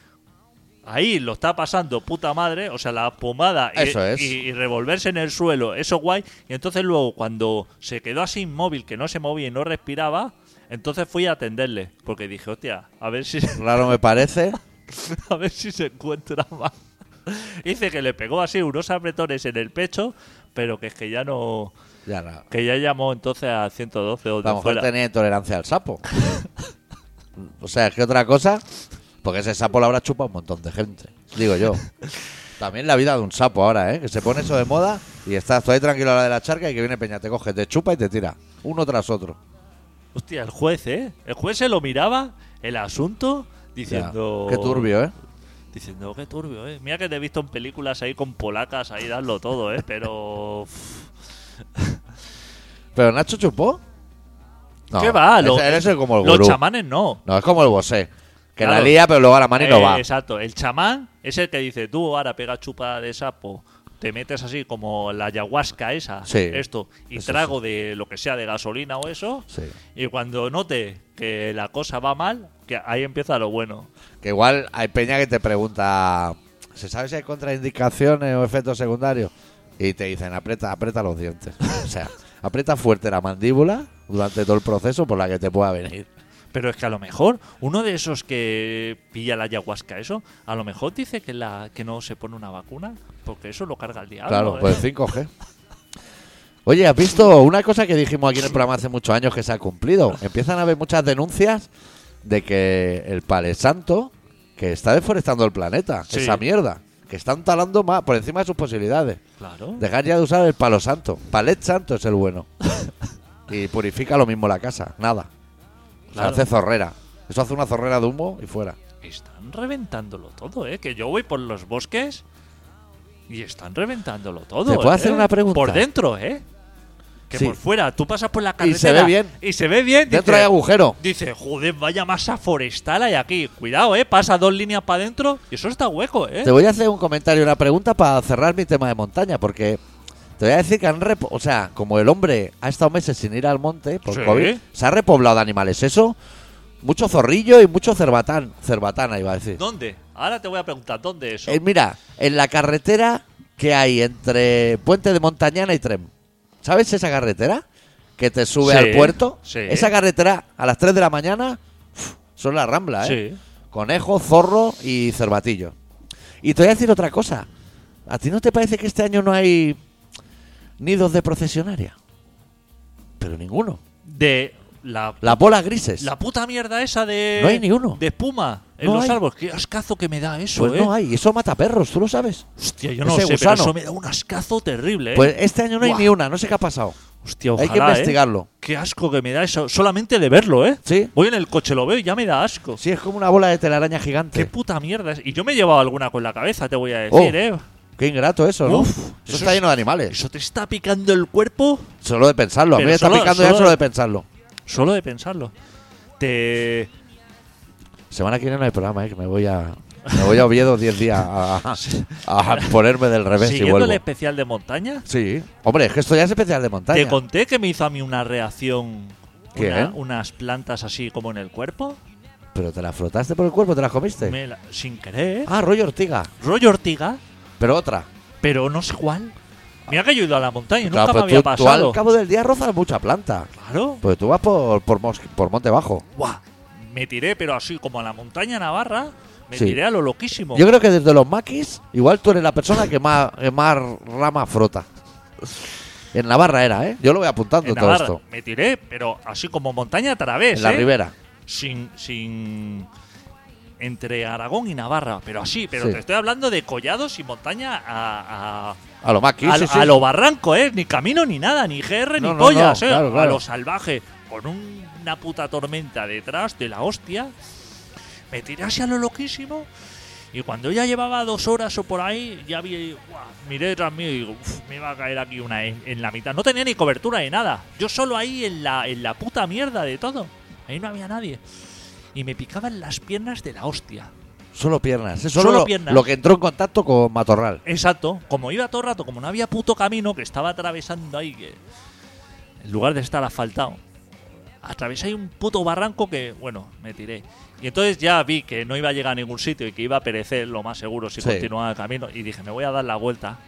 [SPEAKER 2] ahí lo está pasando puta madre, o sea, la pomada y,
[SPEAKER 1] Eso es.
[SPEAKER 2] y, y revolverse en el suelo, eso guay, y entonces luego cuando se quedó así inmóvil, que no se movía y no respiraba, entonces fui a atenderle, porque dije, hostia, a ver si,
[SPEAKER 1] Raro me parece.
[SPEAKER 2] <laughs> a ver si se encuentra más. <laughs> Dice que le pegó así unos apretones en el pecho, pero que es que ya no...
[SPEAKER 1] Ya no.
[SPEAKER 2] Que ya llamó entonces a 112 o
[SPEAKER 1] A lo
[SPEAKER 2] de
[SPEAKER 1] mejor
[SPEAKER 2] fuera.
[SPEAKER 1] tenía intolerancia al sapo. <laughs> o sea, es que otra cosa. Porque ese sapo la habrá chupado un montón de gente. Digo yo. También la vida de un sapo ahora, ¿eh? Que se pone eso de moda y estás tú ahí tranquilo a la de la charca y que viene Peña, te coge, te chupa y te tira. Uno tras otro.
[SPEAKER 2] Hostia, el juez, ¿eh? El juez se lo miraba, el asunto,
[SPEAKER 1] Ya.
[SPEAKER 2] diciendo.
[SPEAKER 1] Qué turbio, ¿eh?
[SPEAKER 2] Diciendo, qué turbio, ¿eh? Mira que te he visto en películas ahí con polacas, ahí darlo todo, ¿eh? Pero. uf,
[SPEAKER 1] ¿Pero Nacho chupó? <laughs> No,
[SPEAKER 2] ¿Qué va? Lo-
[SPEAKER 1] ese- ese es como el
[SPEAKER 2] los
[SPEAKER 1] gurú.
[SPEAKER 2] chamanes no.
[SPEAKER 1] No, es como el bosé. Que la
[SPEAKER 2] Claro.
[SPEAKER 1] lía, pero luego a la mano y no
[SPEAKER 2] Eh,
[SPEAKER 1] va.
[SPEAKER 2] Exacto. El chamán es el que dice, tú ahora pega chupa de sapo, te metes así como la ayahuasca esa,
[SPEAKER 1] Sí.
[SPEAKER 2] esto, y
[SPEAKER 1] Eso
[SPEAKER 2] trago de lo que sea, de gasolina o eso.
[SPEAKER 1] Sí.
[SPEAKER 2] Y cuando note que la cosa va mal, que ahí empieza lo bueno.
[SPEAKER 1] Que igual hay peña que te pregunta, ¿se sabe si hay contraindicaciones o efectos secundarios? Y te dicen, aprieta, aprieta los dientes. <laughs> O sea, aprieta fuerte la mandíbula durante todo el proceso por la que te pueda venir.
[SPEAKER 2] Pero es que a lo mejor uno de esos que pilla la ayahuasca, eso, a lo mejor dice que la que no se pone una vacuna, porque eso lo carga el diablo.
[SPEAKER 1] claro,
[SPEAKER 2] ¿eh?
[SPEAKER 1] pues 5G. Oye, ¿has visto una cosa que dijimos aquí en el programa hace muchos años que se ha cumplido? Empiezan a haber muchas denuncias de que el palesanto, que está deforestando el planeta,
[SPEAKER 2] Sí.
[SPEAKER 1] esa mierda, que están talando más por encima de sus posibilidades.
[SPEAKER 2] Claro.
[SPEAKER 1] Dejar ya de usar el palo santo. Palet santo es el bueno. y purifica lo mismo la casa. Nada. O sea,
[SPEAKER 2] Claro.
[SPEAKER 1] hace zorrera. Eso hace una zorrera de humo y fuera.
[SPEAKER 2] Están reventándolo todo, ¿eh? Que yo voy por los bosques y están reventándolo todo.
[SPEAKER 1] ¿Te puedo
[SPEAKER 2] ¿eh?
[SPEAKER 1] hacer una pregunta?
[SPEAKER 2] Por dentro, ¿eh? Que
[SPEAKER 1] Sí.
[SPEAKER 2] por fuera, tú pasas por la
[SPEAKER 1] Y
[SPEAKER 2] carretera.
[SPEAKER 1] se ve bien.
[SPEAKER 2] Y se ve bien.
[SPEAKER 1] Dentro
[SPEAKER 2] dice-
[SPEAKER 1] hay agujero.
[SPEAKER 2] Dice, joder, vaya masa forestal hay aquí. Cuidado, ¿eh? Pasa dos líneas para adentro y eso está hueco, ¿eh?
[SPEAKER 1] Te voy a hacer un comentario, una pregunta para cerrar mi tema de montaña, porque te voy a decir que han repo- O sea, como el hombre ha estado meses sin ir al monte por
[SPEAKER 2] Sí.
[SPEAKER 1] COVID, se ha repoblado de animales. Eso, mucho zorrillo y mucho cerbatán. Cerbatana iba a decir.
[SPEAKER 2] ¿Dónde? Ahora te voy a preguntar, ¿dónde eso?
[SPEAKER 1] Eh, mira, en la carretera que hay entre Puente de Montañana y Trem. ¿Sabes esa carretera que te sube
[SPEAKER 2] Sí,
[SPEAKER 1] al puerto?
[SPEAKER 2] sí.
[SPEAKER 1] Esa carretera a las 3 de la mañana uf, son la rambla, ¿eh?
[SPEAKER 2] Sí.
[SPEAKER 1] Conejo, zorro y cervatillo. Y te voy a decir otra cosa. ¿A ti no te parece que este año no hay nidos de procesionaria? Pero ninguno.
[SPEAKER 2] De la,
[SPEAKER 1] Las bolas grises.
[SPEAKER 2] la puta mierda esa de.
[SPEAKER 1] No hay ni uno.
[SPEAKER 2] De espuma en
[SPEAKER 1] No
[SPEAKER 2] los
[SPEAKER 1] hay.
[SPEAKER 2] árboles. Qué ascazo que me da eso,
[SPEAKER 1] pues
[SPEAKER 2] eh.
[SPEAKER 1] no hay. Eso mata perros, tú lo sabes.
[SPEAKER 2] Hostia, yo no
[SPEAKER 1] Ese
[SPEAKER 2] lo sé,
[SPEAKER 1] gusano.
[SPEAKER 2] pero eso me da un ascazo terrible, eh.
[SPEAKER 1] Pues este año no hay
[SPEAKER 2] Buah.
[SPEAKER 1] ni una. No sé qué ha pasado.
[SPEAKER 2] Hostia,
[SPEAKER 1] hay
[SPEAKER 2] ojalá.
[SPEAKER 1] que
[SPEAKER 2] eh.
[SPEAKER 1] investigarlo.
[SPEAKER 2] Qué asco que me da eso. Solamente de verlo, eh.
[SPEAKER 1] Sí.
[SPEAKER 2] Voy en el coche, lo veo y ya me da asco.
[SPEAKER 1] Sí, es como una bola de telaraña gigante.
[SPEAKER 2] Qué puta mierda es. Y yo me he llevado alguna con la cabeza, te voy a decir,
[SPEAKER 1] Oh.
[SPEAKER 2] eh.
[SPEAKER 1] Qué ingrato eso, ¿no?
[SPEAKER 2] Uf,
[SPEAKER 1] eso,
[SPEAKER 2] eso
[SPEAKER 1] está
[SPEAKER 2] es-
[SPEAKER 1] lleno de animales.
[SPEAKER 2] Eso te está picando el cuerpo
[SPEAKER 1] Solo de pensarlo. A mí
[SPEAKER 2] Pero
[SPEAKER 1] me está
[SPEAKER 2] solo-
[SPEAKER 1] picando ya
[SPEAKER 2] solo-
[SPEAKER 1] solo de pensarlo.
[SPEAKER 2] solo de pensarlo. Te.
[SPEAKER 1] Semana que viene no hay programa, ¿eh? que me voy a. Me voy a Oviedo 10 días a,
[SPEAKER 2] <laughs>
[SPEAKER 1] a ponerme del revés y
[SPEAKER 2] Siguiendo
[SPEAKER 1] vuelvo.
[SPEAKER 2] el especial de montaña,
[SPEAKER 1] Sí. Hombre, es que esto ya es especial de montaña.
[SPEAKER 2] te conté que me hizo a mí una reacción.
[SPEAKER 1] ¿Qué?
[SPEAKER 2] una- unas plantas así como en el cuerpo.
[SPEAKER 1] Pero te la frotaste por el cuerpo, te la comiste.
[SPEAKER 2] Me la- sin querer.
[SPEAKER 1] Ah, rollo ortiga.
[SPEAKER 2] Rollo ortiga,
[SPEAKER 1] Pero otra.
[SPEAKER 2] pero no sé cuál. Mira que yo he ido a la montaña y
[SPEAKER 1] Claro,
[SPEAKER 2] nunca me
[SPEAKER 1] pero
[SPEAKER 2] había
[SPEAKER 1] tú, tú al
[SPEAKER 2] pasado.
[SPEAKER 1] cabo del día rozas mucha planta.
[SPEAKER 2] Claro.
[SPEAKER 1] Pues tú vas por, por, mos- por Monte Bajo.
[SPEAKER 2] Buah, me tiré, pero así como a la montaña navarra, me
[SPEAKER 1] Sí.
[SPEAKER 2] tiré a lo loquísimo.
[SPEAKER 1] Yo creo que desde los maquis, igual tú eres la persona que más, que más rama frota. En Navarra era, ¿eh? Yo lo voy apuntando
[SPEAKER 2] en
[SPEAKER 1] todo
[SPEAKER 2] Navarra
[SPEAKER 1] esto.
[SPEAKER 2] me tiré, pero así como montaña a través.
[SPEAKER 1] En la
[SPEAKER 2] ¿eh?
[SPEAKER 1] ribera.
[SPEAKER 2] Sin, sin. Entre Aragón y Navarra, pero así, pero
[SPEAKER 1] Sí.
[SPEAKER 2] te estoy hablando de collados y montaña a, a-
[SPEAKER 1] A lo maquis.
[SPEAKER 2] a,
[SPEAKER 1] sí,
[SPEAKER 2] lo-
[SPEAKER 1] sí.
[SPEAKER 2] a lo barranco, ¿eh? Ni camino ni nada, ni GR
[SPEAKER 1] No,
[SPEAKER 2] ni
[SPEAKER 1] no,
[SPEAKER 2] pollas,
[SPEAKER 1] no,
[SPEAKER 2] ¿eh?
[SPEAKER 1] claro,
[SPEAKER 2] A
[SPEAKER 1] claro.
[SPEAKER 2] lo salvaje, con un- una puta tormenta detrás de la hostia. Me tiré así a lo loquísimo. Y cuando ya llevaba dos horas o por ahí, ya vi, guau, miré detrás mío y digo, "Uf, me va a caer aquí una en, en la mitad. No tenía ni cobertura de nada. Yo solo ahí en la, en la puta mierda de todo. Ahí no había nadie. Y me picaban las piernas de la hostia.
[SPEAKER 1] Solo piernas. es solo
[SPEAKER 2] Solo
[SPEAKER 1] lo,
[SPEAKER 2] piernas.
[SPEAKER 1] lo que entró en contacto con Matorral.
[SPEAKER 2] Exacto, como iba todo el rato, como no había puto camino que estaba atravesando ahí, que en lugar de estar asfaltado, atravesé ahí un puto barranco que, bueno, me tiré. Y entonces ya vi que no iba a llegar a ningún sitio y que iba a perecer lo más seguro si
[SPEAKER 1] Sí.
[SPEAKER 2] continuaba el camino. Y dije, me voy a dar la vuelta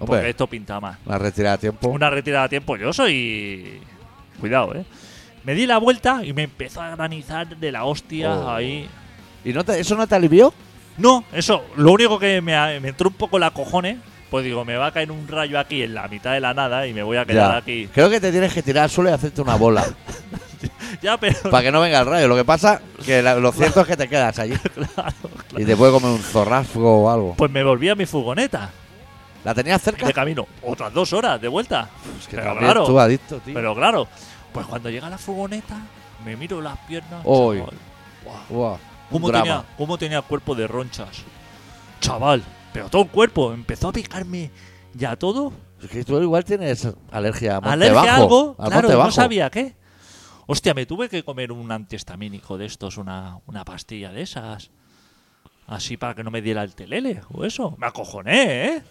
[SPEAKER 2] porque
[SPEAKER 1] Hombre,
[SPEAKER 2] esto pinta más.
[SPEAKER 1] una retirada a tiempo.
[SPEAKER 2] Una retirada a tiempo, yo soy. Cuidado, eh. Me di la vuelta y me empezó a granizar de la hostia
[SPEAKER 1] Oh.
[SPEAKER 2] ahí.
[SPEAKER 1] ¿Y no te- eso no te alivió?
[SPEAKER 2] No, eso, lo único que me, me entró un poco la cojones, pues digo, me va a caer un rayo aquí en la mitad de la nada y me voy a quedar aquí.
[SPEAKER 1] Creo que te tienes que tirar al suelo y hacerte una
[SPEAKER 2] <laughs>
[SPEAKER 1] bola.
[SPEAKER 2] Ya, pero
[SPEAKER 1] para que no venga el rayo. Lo que pasa que la- lo cierto es que te quedas
[SPEAKER 2] <laughs>
[SPEAKER 1] allí. Y te puede comer un zorrasco o algo.
[SPEAKER 2] pues me volví a mi furgoneta
[SPEAKER 1] ¿La tenías cerca?
[SPEAKER 2] de camino. Otras dos horas de vuelta.
[SPEAKER 1] Es Pues que
[SPEAKER 2] pero
[SPEAKER 1] también
[SPEAKER 2] claro,
[SPEAKER 1] tú adicto, tío.
[SPEAKER 2] pero claro. Pues cuando llega la furgoneta, me miro las piernas.
[SPEAKER 1] Uy.
[SPEAKER 2] chaval. Buah,
[SPEAKER 1] Buah, un
[SPEAKER 2] ¿Cómo
[SPEAKER 1] drama.
[SPEAKER 2] tenía, ¿Cómo tenía cuerpo de ronchas? Chaval, pero todo el cuerpo empezó a picarme ya todo.
[SPEAKER 1] Es que tú igual tienes alergia a Monte
[SPEAKER 2] alergia a
[SPEAKER 1] Bajo,
[SPEAKER 2] algo,
[SPEAKER 1] al
[SPEAKER 2] claro,
[SPEAKER 1] Monte Bajo.
[SPEAKER 2] no sabía qué. Hostia, me tuve que comer un antihistamínico de estos, una, una pastilla de esas. Así para que no me diera el telele o eso. Me acojoné, ¿eh?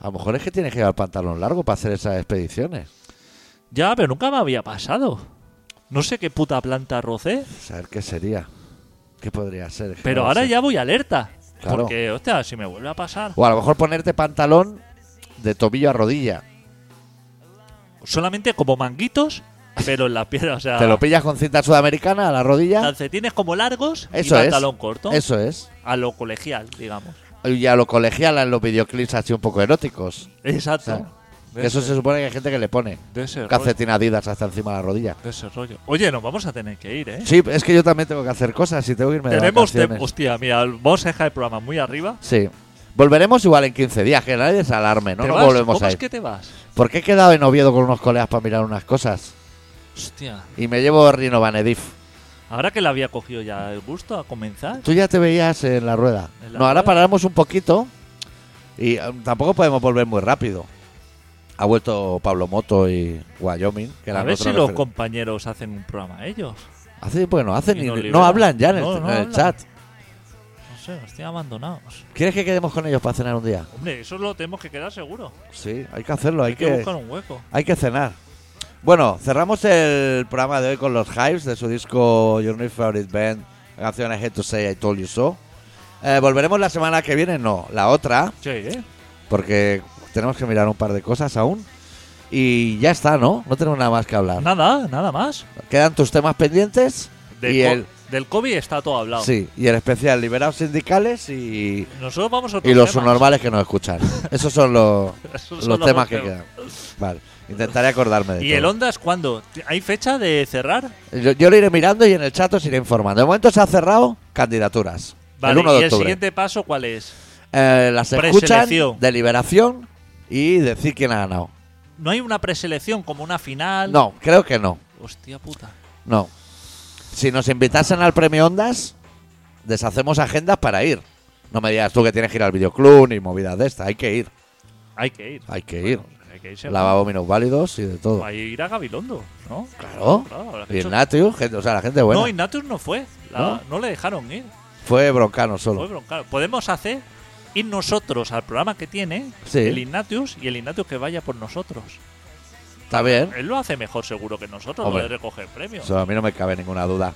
[SPEAKER 1] A lo mejor es que tienes que llevar pantalón largo para hacer esas expediciones.
[SPEAKER 2] Ya, pero nunca me había pasado. No sé qué puta planta rocé,
[SPEAKER 1] Saber qué sería. ¿Qué podría ser? Es que
[SPEAKER 2] pero
[SPEAKER 1] no lo
[SPEAKER 2] ahora
[SPEAKER 1] sé.
[SPEAKER 2] ya voy alerta.
[SPEAKER 1] Claro.
[SPEAKER 2] Porque, hostia, si me vuelve a pasar.
[SPEAKER 1] O a lo mejor ponerte pantalón de tobillo a rodilla.
[SPEAKER 2] Solamente como manguitos, pero en las piernas, o sea,
[SPEAKER 1] Te lo pillas con cinta sudamericana a la rodilla.
[SPEAKER 2] calcetines como largos
[SPEAKER 1] Eso
[SPEAKER 2] y
[SPEAKER 1] es.
[SPEAKER 2] pantalón corto.
[SPEAKER 1] Eso es.
[SPEAKER 2] A lo colegial, digamos.
[SPEAKER 1] Y a lo colegial en los videoclips así un poco eróticos.
[SPEAKER 2] Exacto.
[SPEAKER 1] Claro. Que eso se supone que hay gente que le pone
[SPEAKER 2] De ese rollo.
[SPEAKER 1] calcetín Adidas hasta encima de la rodilla.
[SPEAKER 2] De ese rollo. Oye, nos vamos a tener que ir, ¿eh?
[SPEAKER 1] Sí, es que yo también tengo que hacer cosas y tengo que irme de
[SPEAKER 2] Tenemos. tem-
[SPEAKER 1] vacaciones.
[SPEAKER 2] hostia, mira, vamos a dejar el programa muy arriba.
[SPEAKER 1] Sí. Volveremos igual en 15 días, que nadie se alarme, no
[SPEAKER 2] ¿Te
[SPEAKER 1] nos
[SPEAKER 2] vas?
[SPEAKER 1] volvemos
[SPEAKER 2] ¿Cómo
[SPEAKER 1] a
[SPEAKER 2] es
[SPEAKER 1] ir.
[SPEAKER 2] que te vas?
[SPEAKER 1] Porque he quedado en Oviedo con unos colegas para mirar unas cosas.
[SPEAKER 2] Hostia.
[SPEAKER 1] Y me llevo Rino Vanedif.
[SPEAKER 2] Ahora que le había cogido ya el gusto a comenzar.
[SPEAKER 1] Tú ya te veías en la rueda.
[SPEAKER 2] ¿En la
[SPEAKER 1] no, ahora
[SPEAKER 2] rueda?
[SPEAKER 1] paramos un poquito. Y eh, tampoco podemos volver muy rápido. Ha vuelto Pablo Moto y Wyoming. Que
[SPEAKER 2] a
[SPEAKER 1] eran
[SPEAKER 2] ver
[SPEAKER 1] otros
[SPEAKER 2] si los
[SPEAKER 1] referen-
[SPEAKER 2] compañeros hacen un programa ellos.
[SPEAKER 1] Hace tiempo que no hacen
[SPEAKER 2] Y
[SPEAKER 1] ni-
[SPEAKER 2] nos
[SPEAKER 1] No
[SPEAKER 2] liberan.
[SPEAKER 1] hablan ya en el,
[SPEAKER 2] No, no
[SPEAKER 1] en el
[SPEAKER 2] hablan.
[SPEAKER 1] chat.
[SPEAKER 2] No sé, estoy abandonados.
[SPEAKER 1] ¿Quieres que quedemos con ellos para cenar un día?
[SPEAKER 2] Hombre, eso lo tenemos que quedar seguro.
[SPEAKER 1] Sí, hay que hacerlo. Hay,
[SPEAKER 2] Hay que buscar un hueco.
[SPEAKER 1] Hay que cenar. Bueno, cerramos el programa de hoy con los Hives de su disco Your New Favorite Band, la canción I Hate to Say I Told You So. Eh, volveremos la semana que viene, no, la otra,
[SPEAKER 2] Sí, ¿eh?
[SPEAKER 1] porque tenemos que mirar un par de cosas aún. Y ya está, ¿no? No tenemos nada más que hablar.
[SPEAKER 2] Nada, nada más.
[SPEAKER 1] Quedan tus temas pendientes
[SPEAKER 2] Del,
[SPEAKER 1] y
[SPEAKER 2] co-
[SPEAKER 1] el,
[SPEAKER 2] del COVID está todo hablado.
[SPEAKER 1] sí, y el especial Liberados Sindicales y,
[SPEAKER 2] Nosotros vamos a otro
[SPEAKER 1] y los
[SPEAKER 2] tema.
[SPEAKER 1] subnormales que nos
[SPEAKER 2] <laughs>
[SPEAKER 1] escuchan. Esos son los,
[SPEAKER 2] Esos
[SPEAKER 1] los
[SPEAKER 2] son los
[SPEAKER 1] temas que
[SPEAKER 2] temas.
[SPEAKER 1] quedan. Vale, intentaré acordarme de
[SPEAKER 2] ¿Y el
[SPEAKER 1] todo.
[SPEAKER 2] Onda es cuándo? ¿Hay fecha de cerrar?
[SPEAKER 1] Yo, yo lo iré mirando y en el chat os iré informando. De momento se ha cerrado candidaturas. el 1
[SPEAKER 2] Vale, ¿y
[SPEAKER 1] de
[SPEAKER 2] el
[SPEAKER 1] octubre.
[SPEAKER 2] siguiente paso cuál es?
[SPEAKER 1] Eh, las escuchan,
[SPEAKER 2] Preselección.
[SPEAKER 1] deliberación y decir quién ha ganado.
[SPEAKER 2] ¿No hay una preselección como una final?
[SPEAKER 1] No, creo que no.
[SPEAKER 2] Hostia puta.
[SPEAKER 1] No. Si nos invitasen al premio Ondas, deshacemos agendas para ir. No me digas tú que tienes que ir al videoclub ni movidas de estas. Hay que ir.
[SPEAKER 2] Hay que ir.
[SPEAKER 1] Hay que ir.
[SPEAKER 2] Hay que irse.
[SPEAKER 1] Lavabo menos válidos y de todo.
[SPEAKER 2] Va a ir a Gabilondo, ¿no?
[SPEAKER 1] Claro.
[SPEAKER 2] Claro, habrá que
[SPEAKER 1] Y
[SPEAKER 2] hecho-
[SPEAKER 1] Ignatius, gente- o sea, la gente buena.
[SPEAKER 2] No, Ignatius no fue. La-
[SPEAKER 1] ¿No?
[SPEAKER 2] ¿No? le dejaron ir.
[SPEAKER 1] Fue broncano
[SPEAKER 2] Fue
[SPEAKER 1] solo.
[SPEAKER 2] broncano. Podemos hacer ir nosotros al programa que tiene
[SPEAKER 1] Sí.
[SPEAKER 2] el Ignatius y el Ignatius que vaya por nosotros.
[SPEAKER 1] Está bien.
[SPEAKER 2] Él lo hace mejor seguro que nosotros,
[SPEAKER 1] Hombre.
[SPEAKER 2] lo de recoger premios.
[SPEAKER 1] Eso a mí no me cabe ninguna duda.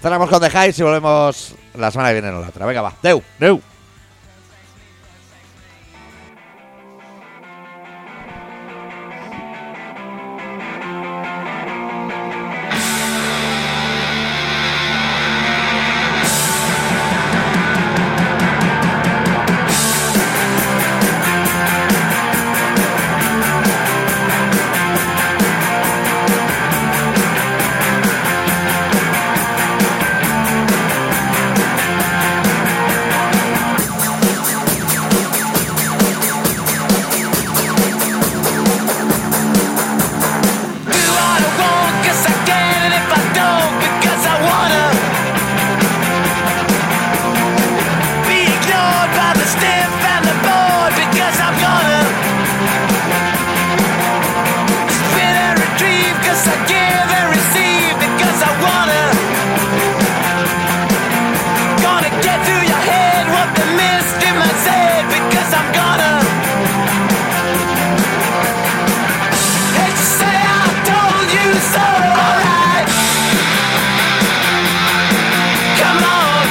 [SPEAKER 1] Cerramos con The Highs y volvemos la semana que viene en la otra. Venga, va. Deu. Deu.
[SPEAKER 4] Do what I want, cause I can, and if I don't, because I wanna Be ignored by the stiff and the bored, because I'm gonna Spin and retrieve, cause I give and receive, because I wanna Gonna get through your head what the mist in my head, because I'm gonna It's say I told you so. Alright, come on.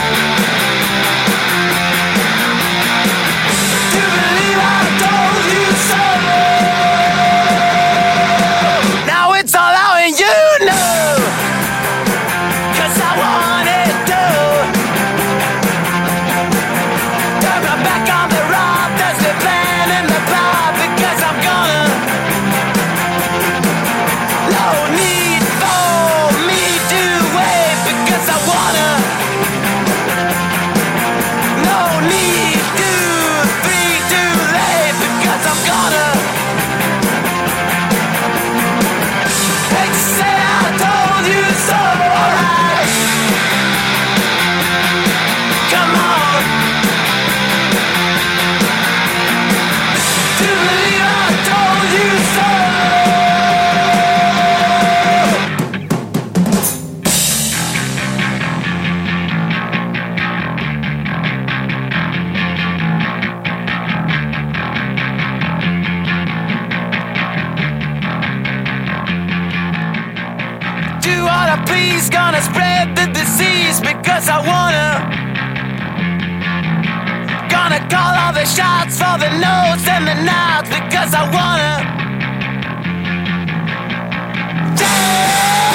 [SPEAKER 4] Do believe I told you so. Now it's all out and you know. 'Cause I wanted to turn my back on the rock that's the plan and the plot because I'm gonna. No need for me to wait because I wanna. No need to be too late because I'm gonna. They say I told you so. Alright, come on. To believe I told you so. do what I please, gonna spread the disease because I wanna. Gonna call all the shots for the notes and the nods because I wanna. Damn!